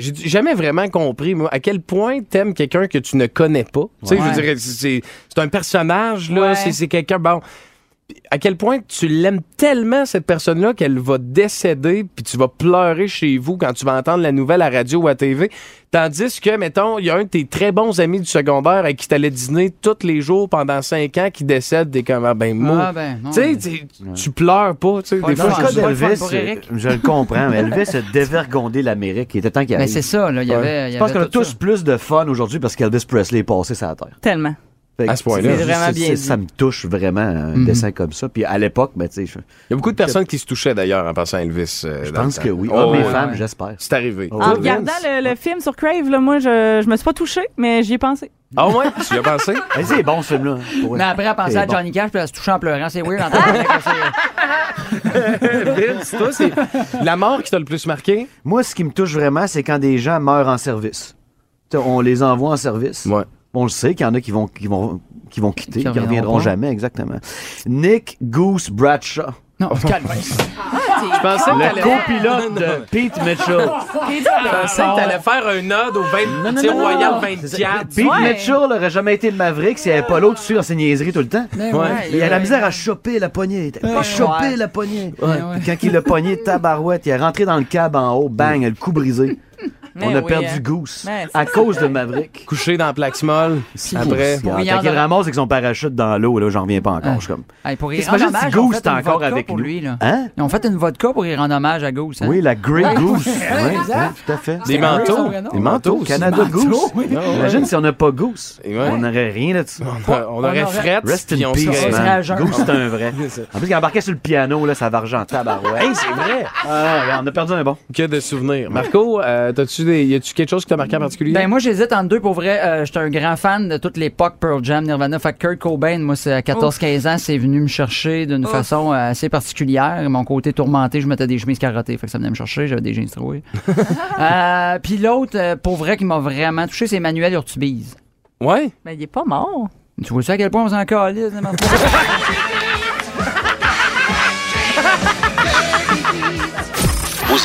C: J'ai d- jamais vraiment compris, moi, à quel point t'aimes quelqu'un que tu ne connais pas. Tu sais, je veux
D: Ouais.
C: dire, c'est- c'est c'est un personnage, là,
D: Ouais.
C: c'est- c'est quelqu'un. Bon. Puis À quel point tu l'aimes tellement, cette personne-là, qu'elle va décéder, puis tu vas pleurer chez vous quand tu vas entendre la nouvelle à radio ou à TV. Tandis que, mettons, il y a un de tes très bons amis du secondaire avec qui t'allais dîner tous les jours pendant cinq ans qui décède des comment, ben, moi,
D: Ah, ben, non.
C: tu sais, tu- tu pleures pas, tu sais, des
D: Ouais,
E: Dans
C: fois.
D: non,
E: le cas
D: c'est pas le fun
E: d'Elvis,
D: pour Eric.
E: euh, je le comprends, mais Elvis a dévergondé l'Amérique. Il était temps qu'il
D: Mais
E: arrive.
D: Ben, c'est ça, là, il y avait... il y
E: Je pense
D: avait
E: qu'on a
D: tout
E: tous
D: ça.
E: plus de fun aujourd'hui parce qu'Elvis Presley est passé sur la terre.
F: tellement.
E: Fait que
C: À ce point-là.
E: c'est-
F: C'est vraiment
E: c'est-
F: bien
E: c'est-
F: dit.
E: Ça me touche vraiment, un
D: Mhm.
E: dessin comme ça. Puis à l'époque, ben, tu sais, je,
C: Il y a beaucoup de personnes qui se touchaient d'ailleurs en pensant à Elvis. euh,
E: je
C: dans le
E: pense
C: temps.
E: que oui.
C: Oh,
E: Hommes et
C: ouais.
E: femmes, j'espère. Oh,
C: C'est arrivé.
E: En
F: En
E: Ouais.
F: regardant le, le film sur Crave, là, moi, je, je me suis pas touchée, mais j'y ai pensé.
C: Ah ouais, tu y as pensé?
E: Mais c'est bon ce film-là. pour vrai.
D: Mais après, elle pensait
E: C'est
D: à
E: bon.
D: Johnny Cash, puis elle se touchait en pleurant. C'est weird, en tant que c'est-
C: Eh, Vince, toi, c'est la mort qui t'a le plus marqué?
E: Moi, ce qui me touche vraiment, c'est quand des gens meurent en service. Tu sais, on les envoie en service.
C: Ouais.
E: On le sait qu'il y en a qui vont, qui vont, qui vont quitter,
D: Qui
E: qui ne
D: reviendront
E: reviendront
D: pas.
E: jamais, exactement. Nick Goose Bradshaw.
D: Non, calme.
C: Oh, Je pensais que
L: Le
C: t'allais-
L: copilote de Pete Mitchell.
C: Je pensais que t'allais faire un ode au 20
E: Ah, non,
C: petit
E: non,
C: Royal
E: non. Pete
C: 24.
E: Mitchell aurait jamais été le Maverick s'il n'y avait pas l'autre dessus dans ses niaiseries tout le temps.
C: Mais Ah. ouais.
E: Il a la misère à choper la poignée. Il a
C: Ouais.
E: chopé
C: Ouais.
E: la poignée.
C: Ouais.
E: Ouais. Puis Quand il l'a pogné, tabarouette, il est rentré dans le cab en haut, bang, le coup brisé.
F: Mais
C: Ben
E: On a
F: oui,
E: perdu
F: hein.
E: Goose
F: Mais c'est
E: à
F: ça.
E: cause de Maverick.
C: Couché dans la plaque small, après.
E: Ah, Quand il le ramasse avec son parachute dans l'eau, là, j'en reviens pas encore. Je suis comme.
D: Hey, pour y
E: Qu'est-ce
D: rendre
E: que
D: hommage,
E: si
D: on
E: Goose
D: fait
E: est
D: une
E: encore
D: vodka
E: avec
D: pour
E: nous?
D: lui, là.
E: Hein?
D: Ils ont fait une vodka pour y rendre hommage à Goose. hein?
E: Oui, la Grey
D: Ouais.
E: Goose.
D: Ouais,
E: Oui,
D: exact.
E: tout à fait.
C: Des manteaux. Des manteaux aussi.
E: Canada
C: Manteaux,
E: Goose.
C: oui. Non,
E: Imagine
C: ouais.
E: si on n'a pas Goose.
C: ouais.
E: On n'aurait rien là-dessus.
C: On a- on aurait frette,
E: Rest
C: puis
E: in
C: on
E: peace,
C: serait-
E: man.
C: on serait à jeun.
E: Goose, c'est un vrai. En plus, il embarquait sur le piano, là, ça vargeait en tabarouette. Hey, c'est vrai. Ah, regarde, on a perdu un bon.
C: Que de souvenirs. Marco, euh, t'as-tu des- y a-tu quelque chose qui t'a marqué en particulier?
D: Ben moi j'hésite entre deux pour vrai. Euh, J'étais un grand fan de toute l'époque Pearl Jam, Nirvana. Fait que Kurt Cobain, moi c'est à 14-15 ans, c'est venu me chercher d'une
M: Ouf.
D: façon euh, assez particulière. Mon côté tourmenté, je mettais des chemises carottées, fait que ça venait me chercher, j'avais des jeans troués. euh, Puis l'autre, euh, pour vrai, qui m'a vraiment touché, c'est Manuel Urtubise.
C: Ouais.
F: Mais il est pas mort.
D: Tu vois ça à quel point on s'en calisse, n'importe quoi?
B: Vous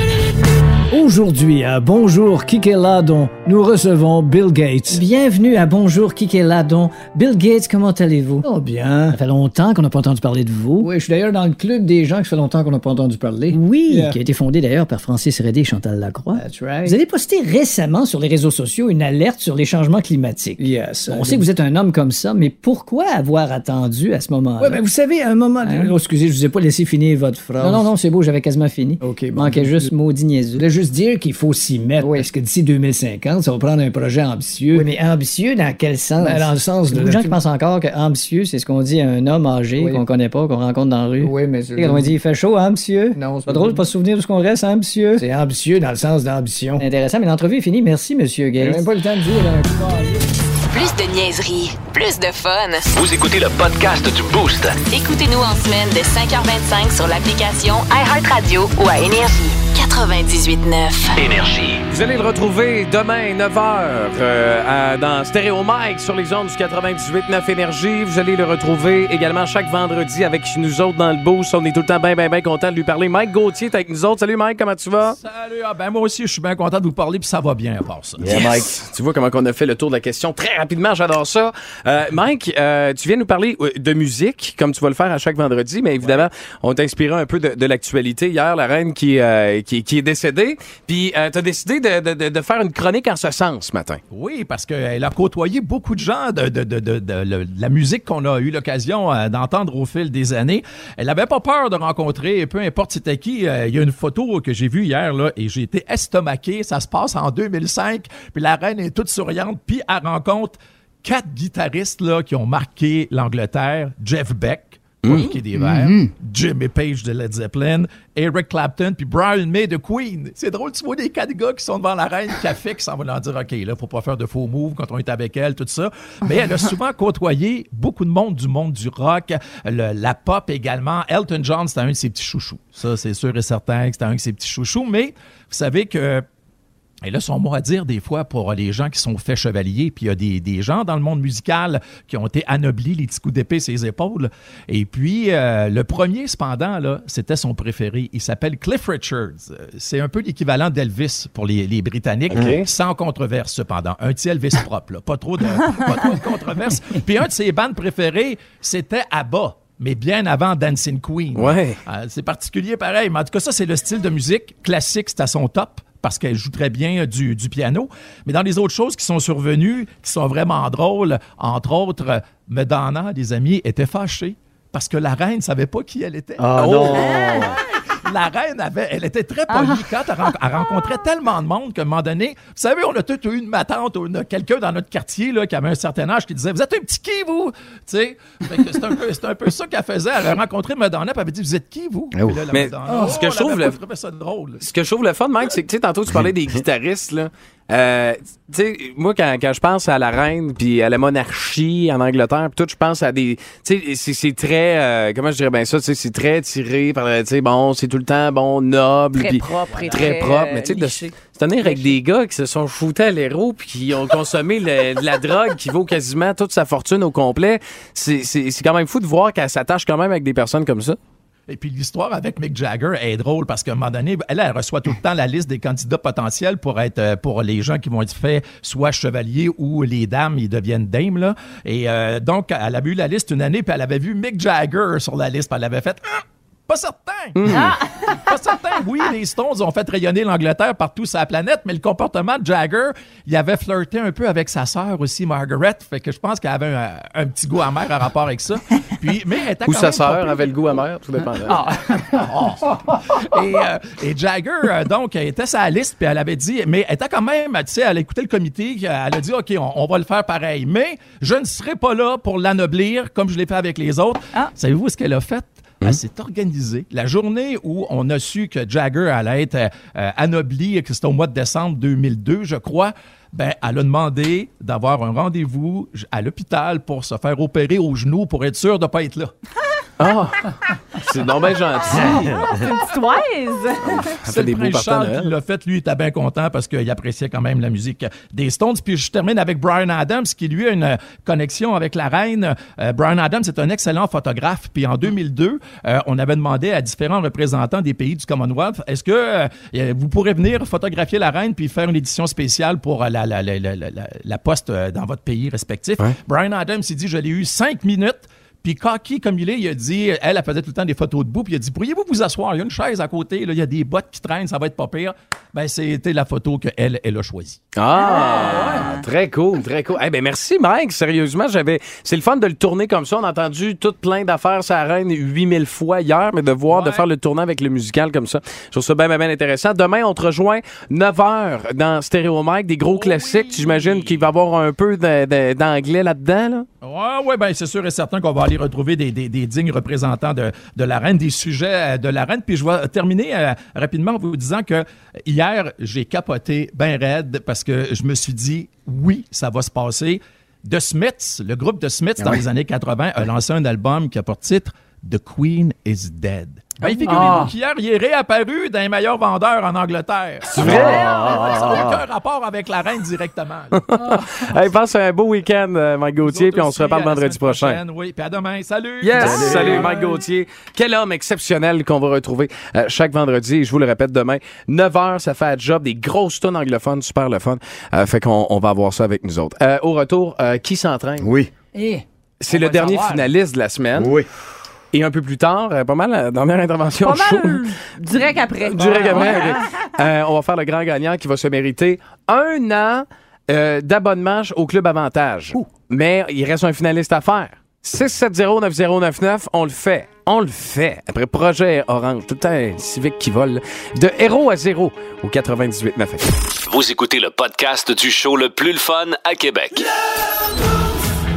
M: Aujourd'hui, à Bonjour Kikeladon, nous recevons Bill Gates. Bienvenue à Bonjour Kikeladon. Bill Gates, comment allez-vous? Oh bien. Ça fait longtemps qu'on n'a pas entendu parler de vous. Oui, je suis d'ailleurs dans le club des gens que ça fait longtemps qu'on n'a pas entendu parler. Oui,
N: Yeah.
M: qui a été fondé d'ailleurs par Francis Redé et Chantal Lacroix. Vous avez posté récemment sur les réseaux sociaux une alerte sur les changements climatiques.
N: Yes.
M: On sait que vous êtes un homme comme ça, mais pourquoi avoir attendu à ce moment-là?
N: Ouais, ben, vous savez, à un moment.
M: Hein?
N: Oh, excusez, je vous ai pas laissé finir votre phrase.
M: Non, non, non, c'est beau, j'avais quasiment fini.
N: OK, bon.
M: Manquait juste
N: maudit niaiseux. Je voulais juste dire qu'il faut s'y mettre, parce que d'ici 2050, ça va prendre un projet ambitieux.
M: Oui, mais ambitieux dans quel sens?
N: Ben, dans le sens
M: Il y a
N: de-
M: beaucoup de gens qui pensent encore que ambitieux, c'est ce qu'on dit à un homme âgé
N: Oui.
M: qu'on connaît pas, qu'on rencontre dans la rue.
N: Oui, mais c'est-
M: Et on dit, il fait chaud, hein, monsieur?
N: Non,
M: c'est pas drôle de pas se souvenir de ce qu'on reste, hein, monsieur?
N: C'est ambitieux dans le sens d'ambition.
M: Intéressant, mais l'entrevue est finie. Merci, monsieur Gates.
N: même pas le temps de dire, hein.
A: Plus de niaiserie, plus de fun.
B: Vous écoutez le podcast du Boost.
A: Écoutez-nous en semaine de 5h25 sur l'application iHeartRadio ou à Énergie. 98.9
B: Énergie.
C: Vous allez le retrouver demain 9h dans Stéréo Mike sur les ondes du 98.9 Énergie. Vous allez le retrouver également chaque vendredi avec nous autres dans le boost. On est tout le temps bien, bien, bien content de lui parler. Mike Gauthier est avec nous autres. Salut Mike, comment tu vas?
O: Salut, ah ben moi aussi, je suis bien content de vous parler, puis ça va bien à part ça.
C: Yes. Tu vois comment on a fait le tour de la question très rapidement, j'adore ça. Euh, Mike, euh, tu viens nous parler euh, de musique, comme tu vas le faire à chaque vendredi, mais évidemment, on t'a inspiré un peu de, de l'actualité. Hier, la reine qui, euh, qui, qui est décédée, puis tu as décidé de, de- de- de faire une chronique en ce sens ce matin.
O: Oui, parce qu'elle a côtoyé beaucoup de gens de, de- de- de- de- le- de la musique qu'on a eu l'occasion euh, d'entendre au fil des années. Elle n'avait pas peur de rencontrer, peu importe c'était qui. Euh, Il y a une photo que j'ai vue hier là, et j'ai été estomaqué. Ça se passe en 2005, puis la reine est toute souriante, puis elle rencontre quatre guitaristes là, qui ont marqué l'Angleterre. Jeff Beck,
K: Mm.
O: Rocky des Verts,
K: Mhm.
O: Jimmy Page de Led Zeppelin, Eric Clapton, puis Brian May de Queen. C'est drôle, tu vois des quatre gars qui sont devant la reine café qui s'en vont leur dire OK, là, faut pas faire de faux moves quand on est avec elle, tout ça. Mais elle a souvent côtoyé beaucoup de monde du monde du rock, le- la pop également. Elton John, c'était un de ses petits chouchous. Ça, c'est sûr et certain que c'était un de ses petits chouchous. Mais vous savez que et là, son mot à dire des fois pour les gens qui sont faits chevaliers, puis il y a des, des gens dans le monde musical qui ont été anoblis, les petits coups d'épée, ses épaules. Et puis, euh, le premier, cependant, là, c'était son préféré. Il s'appelle Cliff Richards. Euh, C'est un peu l'équivalent d'Elvis pour les, les Britanniques,
K: Ok.
O: sans controverse, cependant. Un petit Elvis propre, là. Pas trop de, pas trop de controverse. Puis un de ses bandes préférées, c'était ABBA. Mais bien avant Dancing Queen. Euh, c'est particulier pareil, mais en tout cas, ça, c'est le style de musique classique, c'est à son top parce qu'elle joue très bien euh, du, du piano. Mais dans les autres choses qui sont survenues, qui sont vraiment drôles, entre autres, euh, Madonna, les amis, était fâchée parce que la reine savait pas qui elle était.
K: Ah, non.
O: Ouais. La reine, avait, elle était très polie quand elle, ren- elle rencontrait tellement de monde qu'à un moment donné, vous savez, on a tous eu une matante ou une- quelqu'un dans notre quartier là, qui avait un certain âge qui disait Vous êtes un petit qui, vous Tu sais, fait que c'est un, peu- c'est un peu ça qu'elle faisait. Elle a rencontré Madonna, puis elle avait dit Vous êtes qui, vous Puis là, la
C: Mais
O: Madonna,
C: ce que
O: oh,
C: je trouve
O: la-
C: le-
O: trouvait ça drôle.
C: Ce que je trouve le fun, Mike, c'est que tu sais, tantôt tu parlais des guitaristes. Là. Euh, tu sais, moi, quand, quand je pense à la reine, puis à la monarchie en Angleterre, puis tout, je pense à des... Tu sais, c'est- c'est très... euh, comment je dirais bien ça? Tu sais, c'est très tiré par... le- Tu sais, bon, c'est tout le temps, bon, noble.
K: Très
C: puis
K: propre et très,
C: Très propre.
K: euh,
C: Mais tu sais, de se
K: liché.
C: se tenir avec des gars qui se sont foutus à l'héros puis qui ont consommé le- de la drogue qui vaut quasiment toute sa fortune au complet, c'est- c'est c'est quand même fou de voir qu'elle s'attache quand même avec des personnes comme ça.
O: Et puis l'histoire avec Mick Jagger est drôle parce qu'à un moment donné, elle, elle reçoit tout le temps la liste des candidats potentiels pour être euh, pour les gens qui vont être faits soit chevaliers ou les dames, ils deviennent dames. Là. Et euh, donc, elle avait eu la liste une année, puis elle avait vu Mick Jagger sur la liste, puis elle avait fait Ah, Pas certain! Pas certain! Oui, les Stones ont fait rayonner l'Angleterre partout sur la planète, mais le comportement de Jagger, il avait flirté un peu avec sa sœur aussi, Margaret. Fait que je pense qu'elle avait un, un petit goût amer en rapport avec ça. Puis, mais elle était
C: Ou
O: quand
C: sa
O: même pas
C: sœur
O: pire. Ah,
C: avait le goût amer, tout dépend.
O: Et, euh, et Jagger, euh, donc, elle était sa liste, puis elle avait dit, mais elle était quand même, tu sais, elle a écouté le comité, elle a dit, OK, on, on va le faire pareil, mais je ne serai pas là pour l'anoblir comme je l'ai fait avec les autres. Savez-vous ce qu'elle a fait? Elle s'est organisée. La journée où on a su que Jagger allait être euh, euh, anobli, et que c'était au mois de décembre 2002, je crois, ben, elle a demandé d'avoir un rendez-vous à l'hôpital pour se faire opérer au genou pour être sûre de ne pas être là.
C: Ah! C'est non ben gentil.
F: C'est une petite oise.
O: Ah, C'est
C: des
O: le
C: beaux
O: prince
C: partenaires. hein?
O: Charles qui l'a fait. Lui, il était bien content parce qu'il appréciait quand même la musique des Stones. Puis je termine avec Brian Adams, qui lui a une euh, connexion avec la reine. Euh, Brian Adams est un excellent photographe. Puis en 2002, euh, on avait demandé à différents représentants des pays du Commonwealth, est-ce que euh, vous pourrez venir photographier la reine puis faire une édition spéciale pour euh, la, la, la, la, la- la poste euh, dans votre pays respectif? Brian Adams, il dit, je l'ai eu cinq minutes. Puis cocky comme il est, il a dit, elle, elle faisait tout le temps des photos debout, puis il a dit, pourriez-vous vous asseoir? Il y a une chaise à côté, là, il y a des bottes qui traînent, ça va être pas pire. Ben, c'était la photo qu'elle, elle a choisie.
C: Ah, très cool, très cool. Eh ben merci Mike, sérieusement, j'avais c'est le fun de le tourner comme ça, on a entendu tout plein d'affaires ça reine 8000 fois hier, mais de voir de faire le tournant avec le musical comme ça. Je trouve ça bien bien, bien intéressant. Demain on te rejoint 9h dans Stéréo Mike, des
O: Oh
C: gros classiques, j'imagine qu'il va y avoir un peu de- de- d'anglais là-dedans là.
O: Ouais, ouais, ben c'est sûr et certain qu'on va aller retrouver des, des- des dignes représentants de, de la reine, des sujets euh, de la reine. Puis je vais terminer euh, rapidement en vous disant que euh, hier, j'ai capoté ben raide parce que je me suis dit, oui, ça va se passer. The Smiths, le groupe de Smiths dans
P: Ouais.
O: les années 80, a lancé un album qui a pour titre The Queen is Dead. Ben, figurez-vous
P: Ah.
O: qu'hier, il est réapparu d'un meilleur vendeur en Angleterre. Ah. C'est
C: vrai?
O: Ça n'a aucun rapport avec la reine directement. là.
C: hey, passe un beau week-end euh, Mike Gauthier puis on se reparle
O: à la
C: vendredi
O: semaine
C: prochain.
O: prochaine, Oui, puis à demain. Salut!
C: Yes! Salut, Mike Gauthier. Quel homme exceptionnel qu'on va retrouver euh, chaque vendredi. Et je vous le répète, demain, 9h, ça fait à job. Des grosses tonnes anglophones, super le fun. Euh, fait qu'on on va avoir ça avec nous autres. Euh, au retour, euh, qui s'entraîne? Oui.
D: Et
C: C'est
D: On
C: le
D: va
C: dernier
D: savoir.
C: finaliste de la semaine. Oui. Et un peu plus tard, euh, pas mal la dernière intervention
F: Pas
C: show.
F: mal direct après.
C: Du règlement,
F: Ouais.
C: ok. Euh, on va faire le grand gagnant qui va se mériter un an euh, d'abonnement au Club Avantage. Mais il reste un finaliste à faire. 6709099, on le fait. On le fait. Après Projet Orange, tout le temps un Civic qui vole. De héros à zéro au 98.9 FM.
B: Vous écoutez le podcast du show le plus le fun à Québec.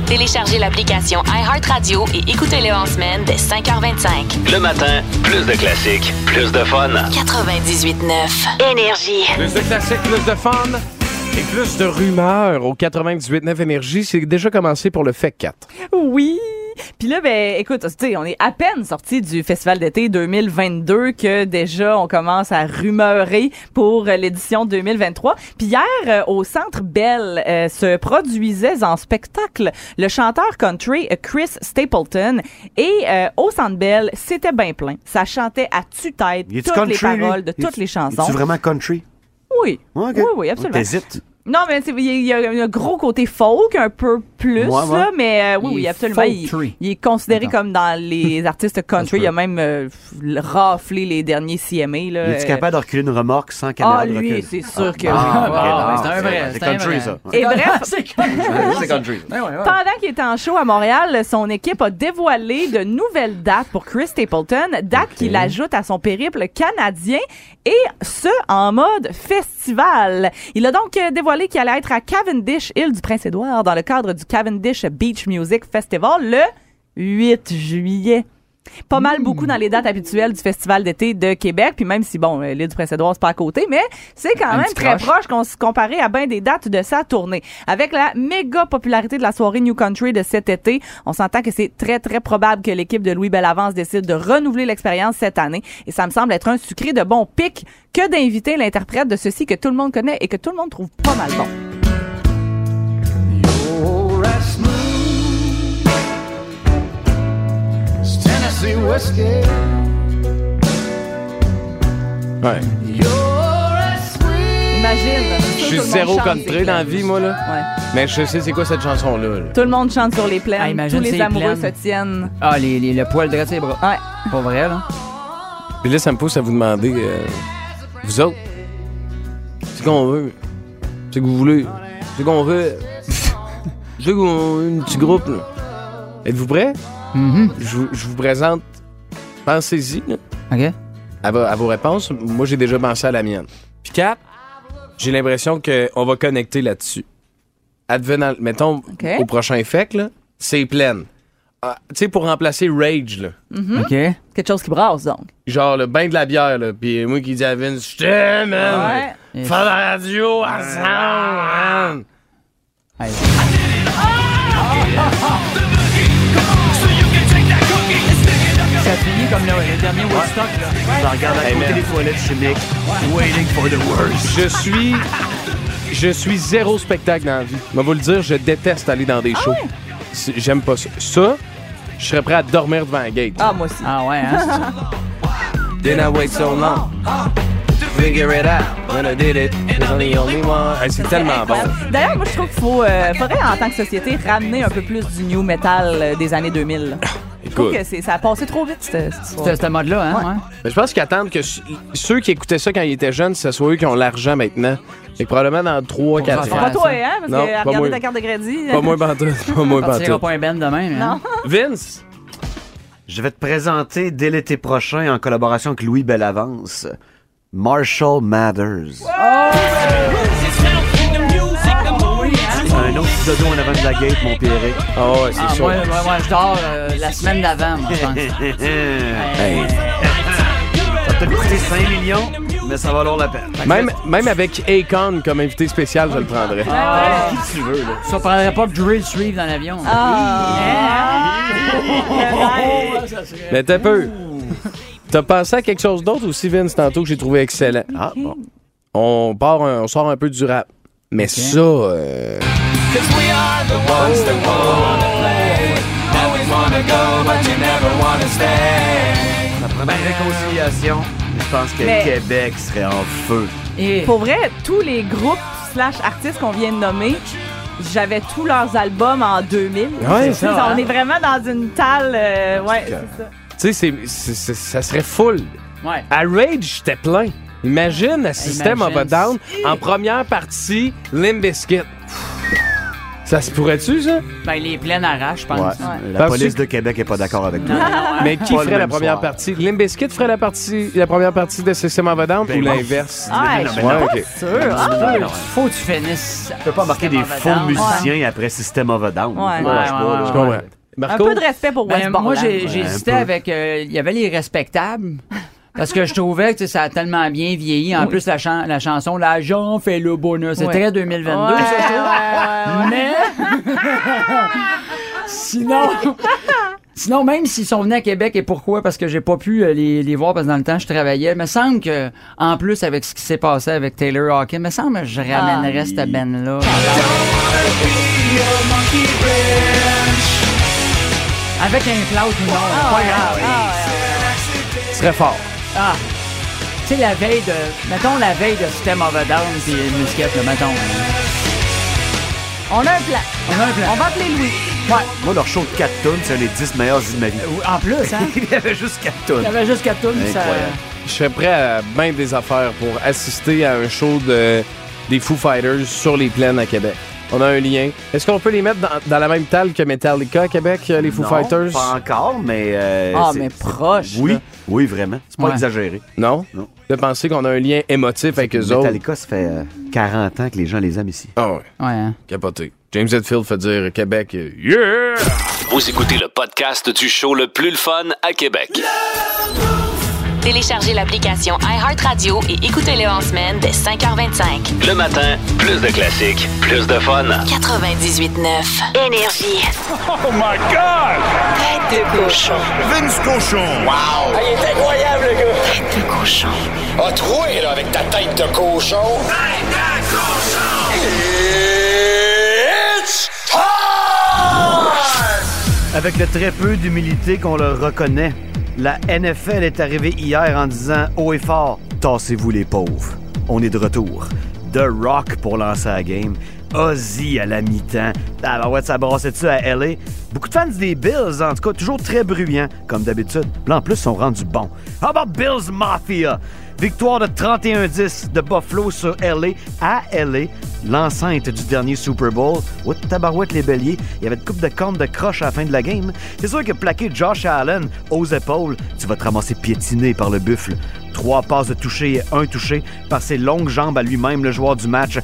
A: Téléchargez l'application iHeartRadio et écoutez-le en semaine dès 5h25.
B: Le matin, plus de classiques, plus de fun.
A: 98.9 Énergie.
C: Plus de classiques, plus de fun et plus de rumeurs au 98.9 Énergie. C'est déjà commencé pour le E fait 4.
F: Oui. Puis là, ben, écoute, tu sais, on est à peine sorti du Festival d'été 2022 que déjà on commence à rumeurer pour euh, l'édition 2023. Puis hier, euh, au Centre Bell, euh, se produisait en spectacle le chanteur country euh, Chris Stapleton. Et euh, au Centre Bell, c'était bien plein. Ça chantait à tue-tête
E: Il est-tu
F: toutes les
E: country, lui?
F: paroles de
E: Il est-tu-
F: toutes les
E: il est-tu
F: chansons.
E: vraiment country?
F: Oui. Oui, oui, absolument.
E: T'hésites.
F: Non, mais c'est- il y a- il y a un gros côté folk, un peu plus,
E: Ouais, ouais.
F: là, mais euh, oui,
E: Il
F: oui,
E: est
F: absolument. Il,
E: folktree.
F: il est considéré comme dans les artistes country. Il a même euh, f- raflé les derniers CMA. Là,
E: Es-tu
F: euh,
E: capable de reculer une remorque sans caméra
F: ah,
E: de
F: lui,
E: recul?
F: c'est sûr que oui.
E: Ah, ok,
F: Ah,
E: non,
F: c'est un vrai,
E: C'est
F: c'est un
E: country,
F: vrai.
E: ça.
F: Et bref,
E: C'est country.
K: Ben
F: Pendant qu'il était en show à Montréal, son équipe a dévoilé de nouvelles dates pour Chris Stapleton, dates qu'il ajoute à son périple canadien et ce en mode festival. Il a donc euh, dévoilé qu'il allait être à Cavendish, île du Prince-Édouard, dans le cadre du Cavendish Beach Music Festival le 8 juillet. Pas mal
K: Hmm.
F: beaucoup dans les dates habituelles du Festival d'été de Québec, puis même si, bon, euh, l'île du Prince-Édouard, c'est pas à côté, mais c'est quand
K: Un
F: même
K: petit
F: très
K: croche.
F: proche qu'on se comparait à bien des dates de sa tournée. Avec la méga popularité de la soirée New Country de cet été, on s'entend que c'est très, très probable que l'équipe de Louis Bellavance décide de renouveler l'expérience cette année, et ça me semble être un sucré de bon pic que d'inviter l'interprète de ceci que tout le monde connaît et que tout le monde trouve pas mal bon.
K: You're as smooth as Tennessee whiskey.
C: Ouais.
K: You're as sweet.
F: Imagine.
C: Je suis zéro country dans la vie, moi, là. Mais je sais c'est quoi cette chanson-là. là.
F: Tout le monde chante sur les plaines.
D: Ah, imagine
F: Tous les
D: ces
F: amoureux
D: plaines.
F: se tiennent.
D: Ah, les, les- le poil dressé les bras.
F: Ouais.
D: Pas vrai, là.
C: Puis là, ça me pousse à vous demander, euh, vous autres, c'est qu'on veut. C'est que vous voulez. C'est qu'on veut. Je veux qu'on ait un petit groupe, là. Êtes-vous prêts?
E: Mm-hmm.
C: je, vous- je vous présente. Pensez-y, là.
D: OK.
C: À, vo- à vos réponses, moi, j'ai déjà pensé à la mienne. Puis Cap, j'ai l'impression qu'on va connecter là-dessus. Advenant, mettons, au prochain FEC, là, c'est pleine. Ah, tu sais, pour remplacer Rage, là.
F: Mhm.
D: OK.
F: Quelque chose qui brasse, donc.
C: Genre le bain de la bière, là. Puis moi qui dis à Vince, je t'aime, man.
F: Ouais.
C: Faire la radio ensemble, man.
D: Ça finit comme le, le dernier Woodstock, là.
E: Je regarde à
C: Hey,
E: côté
C: man.
E: des toilettes chimiques. Waiting for the worst.
C: Je suis. Je suis zéro spectacle dans la vie. Je vais vous le dire, je déteste aller dans
F: Ah
C: des shows. C'est- J'aime pas ça. Ça, je serais prêt à dormir devant un gate.
F: Ah, moi aussi.
D: Ah ouais, hein?
C: Then I wait so long to figure it out. When I did it, it was the only one. Hey, c'est tellement bon.
F: D'ailleurs, moi, je trouve qu'il faut, euh, faudrait, en tant que société, ramener un peu plus du new metal euh, des années 2000. là. Je trouve
C: Écoute.
F: que c'est- ça a passé trop vite, cette,
D: C'était ce mode-là, hein? ouais.
C: Mais je pense qu'ils attendent que ce- ceux qui écoutaient ça quand ils étaient jeunes, ce soit eux qui ont l'argent maintenant. Et probablement dans 3, 4 ans.
F: Pas toi, hein? Parce
C: Non,
F: que
C: pas
F: à regarder
C: moi.
F: ta carte de crédit.
C: Pas moins pantoute, pas moins
D: Partira
C: pantoute.
D: pas un band demain, hein? mais.
F: Non.
C: Vince!
E: Je vais te présenter dès l'été prochain, en collaboration avec Louis Bellavance, Marshall Mathers. Un autre dodo en avant de la gate, mon Pierre.
C: Ah ouais,
D: Ah, moi, moi, moi, je dors euh, la semaine d'avant, moi, je pense.
E: Ça t'a coûté 5 millions, mais ça va valoir la peine.
C: Même, même avec Akon comme invité spécial, je le prendrais.
D: Ah,
E: Qui tu veux, là?
D: Ça prendrait pas Drill suivre dans l'avion.
F: Ah.
D: Ah.
K: Oh,
C: Mais t'as peu. T'as pensé à quelque chose d'autre aussi, Vince, tantôt que j'ai trouvé excellent. Ah, bon. On, part un- on sort un peu du rap. Mais ça. euh,
K: Cause we are the ones that wanna play. Always wanna go, but you never wanna stay.
E: Ça prend une réconciliation. Je pense que
F: Mais-
E: Québec serait en feu.
F: Pour vrai, tous les groupes slash artistes qu'on vient de nommer, j'avais tous leurs albums en 2000.
C: Ouais,
F: Tu sais,
C: c'est ça,
F: On
C: hein?
F: est vraiment dans une tale... euh, ouais,
C: que-
F: c'est ça.
C: Tu sais, c'est- c'est- c'est- ça serait full.
D: Ouais.
C: À Rage, j'étais plein. Imagine un système of a
D: Imagine.
C: down en première partie, Limp Bizkit. Ça se pourrait-tu, ça?
D: Ben, les plaines arrachent, je pense.
E: La
C: Penses-tu
E: police de Québec est pas d'accord avec
D: Non,
E: toi.
D: non,
C: Mais qui
E: Pas le
C: ferait la
E: même
C: première
E: soir.
C: partie? Limp Bizkit ferait la, partie, la première partie de System of a Down ou
E: Ben, moi,
C: l'inverse?
F: Ah, je suis pas
C: ok.
F: sûre. Ah,
E: Non, non,
D: Faut que tu finisses. Tu
E: peux pas marquer des faux musiciens après System of a Down.
F: Ouais.
E: Je lâche pas, là.
C: Je comprends.
F: Un
C: Marco?
F: peu de respect pour West
D: Ben, moi, j'ai j'ai
E: Ouais, un
D: hésité
E: peu.
D: avec. euh, Il y avait les respectables. Parce que je trouvais que tu sais, ça a tellement bien vieilli. En plus, la, chan- la chanson La Jean fait le bonheur. C'est
F: Ouais.
D: très 2022, ça, je trouve. Mais. sinon. Sinon, même s'ils sont venus à Québec, et pourquoi? Parce que j'ai pas pu euh, les, les voir parce que dans le temps, je travaillais. Il me semble que, en plus, avec ce qui s'est passé avec Taylor Hawkins, il me semble que je ramènerais
F: Ah.
D: cette ben-là. Avec un flaut ou non,
F: Ah,
D: pas grave.
C: Très fort.
D: Ah! Tu sais, la veille de. Mettons la veille de System of a Down pis Musquette, là, mettons.
F: On a un plan.
D: On a un plan.
F: On va appeler Louis.
E: Moi, leur show de 4 tonnes, c'est les 10 meilleurs vies de ma vie.
D: En plus, hein?
E: Il y avait juste 4
D: Il y
E: tonnes.
D: avait juste 4 tonnes, ça.
E: Incroyable.
C: Je serais prêt à bien des affaires pour assister à un show de, des Foo Fighters sur les plaines à Québec. On a un lien. Est-ce qu'on peut les mettre dans, dans la même table que Metallica à Québec, euh, les Foo
E: Non,
C: Fighters?
E: Pas encore, mais. euh,
F: Ah,
E: c'est-
F: mais proche.
E: Oui.
F: là.
E: Oui, vraiment. C'est pas
C: Ouais.
E: exagéré.
C: Non? De penser qu'on a un lien émotif avec eux autres.
E: Metallica, ça fait euh, 40 ans que les gens les aiment ici.
C: Ah ouais. Capoté. James Hetfield fait dire Québec, euh, yeah!
B: Vous écoutez le podcast du show le plus le fun à Québec.
A: Téléchargez l'application iHeartRadio et écoutez-le en semaine dès 5h25.
B: Le matin, plus de classiques, plus de fun.
A: 98.9 Énergie.
K: Oh my God! Tête de cochon. Vince cochon. Wow! Ah, il est incroyable, le gars. Tête de cochon. A troué, là, avec ta tête de cochon. Tête de cochon! It's
E: Avec le très peu d'humilité qu'on leur reconnaît, la NFL est arrivée hier en disant haut et fort Tassez-vous les pauvres. On est de retour. The Rock pour lancer la game. Ozzy à la mi-temps. Ah, ben ouais, ça brassait dessus à LA. Beaucoup de fans des Bills, en tout cas, toujours très bruyants, comme d'habitude. Là, en plus, ils sont rendus bons. How about Bills Mafia? Victoire de 31-10 de Buffalo sur LA à LA, l'enceinte du dernier Super Bowl. What tabarouette les béliers. Il y avait une coupe de cornes de croche à la fin de la game. C'est sûr que plaquer Josh Allen aux épaules, tu vas te ramasser piétiné par le buffle. Trois passes de toucher et un touché par ses longues jambes à lui-même, le joueur du match.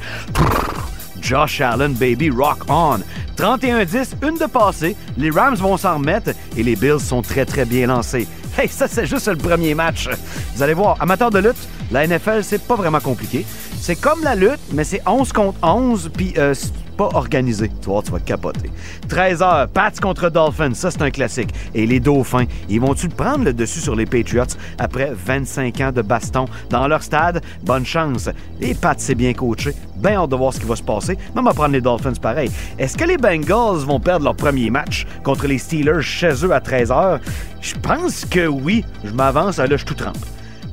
E: Josh Allen, baby, rock on. 31-10, une de passée. Les Rams vont s'en remettre et les Bills sont très, très bien lancés. Hey, ça, c'est juste le premier match. Vous allez voir, amateurs de lutte, la NFL, c'est pas vraiment compliqué. C'est comme la lutte, mais c'est 11 contre 11, puis euh, c'est pas organisé. Tu vois, tu vas capoter. 13h, Pats contre Dolphins, ça, c'est un classique. Et les Dauphins, ils vont-tu prendre le dessus sur les Patriots après 25 ans de baston dans leur stade? Bonne chance. Les Pats, c'est bien coaché. Ben hâte de voir ce qui va se passer. Même à prendre les Dolphins pareil. Est-ce que les Bengals vont perdre leur premier match contre les Steelers chez eux à 13h? Je pense que oui. Je m'avance, Ah, là, je tout trempe.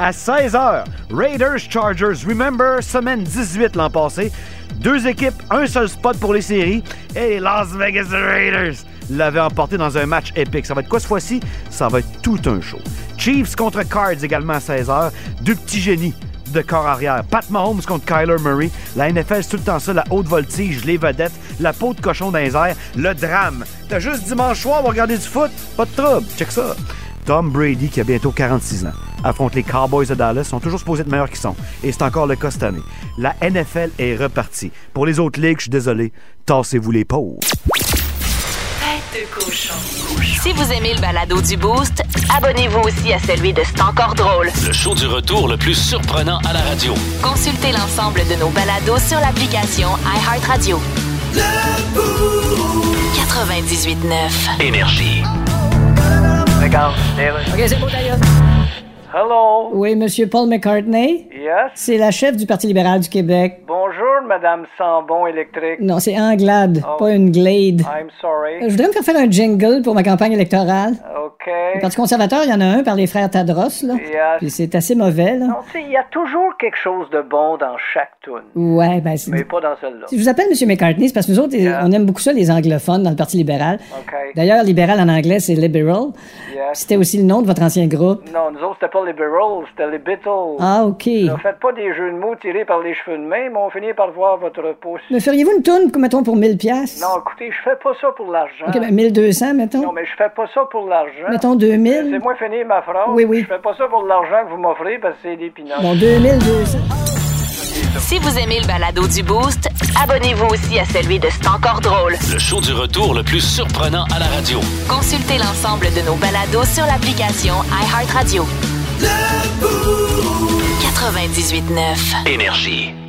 E: À 16h, Raiders Chargers. Remember, semaine 18 l'an passé. Deux équipes, un seul spot pour les séries. Et les Las Vegas Raiders l'avaient emporté dans un match épique. Ça va être quoi cette fois-ci? Ça va être tout un show. Chiefs contre Cards également à 16h. Deux petits génies de corps arrière. Pat Mahomes contre Kyler Murray. La NFL, c'est tout le temps ça, la haute voltige, les vedettes, la peau de cochon dans les airs, le drame. T'as juste dimanche soir, on va regarder du foot. Pas de trouble, check ça. Tom Brady, qui a bientôt 46 ans, affronte les Cowboys de Dallas, sont toujours supposés être meilleurs qu'ils sont. Et c'est encore le cas cette année. La NFL est repartie. Pour les autres ligues, je suis désolé, tassez-vous les pauvres.
A: Tête de cochon. Si vous aimez le balado du Boost, abonnez-vous aussi à celui de C'est encore drôle.
B: Le show du retour le plus surprenant à la radio.
A: Consultez l'ensemble de nos balados sur l'application iHeartRadio. 98.9
B: Énergie.
M: Regarde. OK, c'est beau, d'ailleurs.
P: Hello.
M: Oui, Monsieur Paul McCartney?
P: Yes.
M: C'est la chef du Parti libéral du Québec.
P: Bonjour, Madame Sambon électrique.
M: Non, c'est Anglade,
P: Oh.
M: pas une Glade.
P: I'm sorry.
M: Euh, Je voudrais me faire faire un jingle pour ma campagne électorale.
P: OK.
M: Le Parti conservateur, il y en a un par les frères Tadros, là.
P: Yes.
M: Puis c'est assez mauvais, là.
P: Non, tu sais, il y a toujours quelque chose de bon dans chaque tune.
M: Ouais, ben c'est...
P: Mais pas dans celle-là.
M: Si je vous appelle M. McCartney, c'est parce que nous autres, on aime beaucoup ça, les anglophones, dans le Parti libéral.
P: OK.
M: D'ailleurs, libéral en anglais, c'est liberal.
P: Yes.
M: C'était aussi le nom de votre ancien groupe.
P: Non, nous autres, c'était pas les Beatles, c'était les Beatles.
M: Ah, OK.
P: Ne faites pas des jeux de mots tirés par les cheveux de main, mais on finit par voir votre pouce.
M: Me feriez-vous une tourne, mettons, pour 1000 pièces
P: Non, écoutez, je fais pas ça pour l'argent.
M: OK, ben 1200, mettons.
P: Non, mais je fais pas ça pour l'argent.
M: Mettons 2000.
P: C'est moi finir ma phrase.
M: Oui, oui.
P: Je fais pas ça pour l'argent que vous m'offrez parce que c'est des pinottes.
M: Bon, 2200.
A: Si vous aimez le balado du Boost, abonnez-vous aussi à celui de C'est encore drôle.
B: Le show du retour le plus surprenant à la radio.
A: Consultez l'ensemble de nos balados sur l'application iHeartRadio. 98.9
B: Énergie.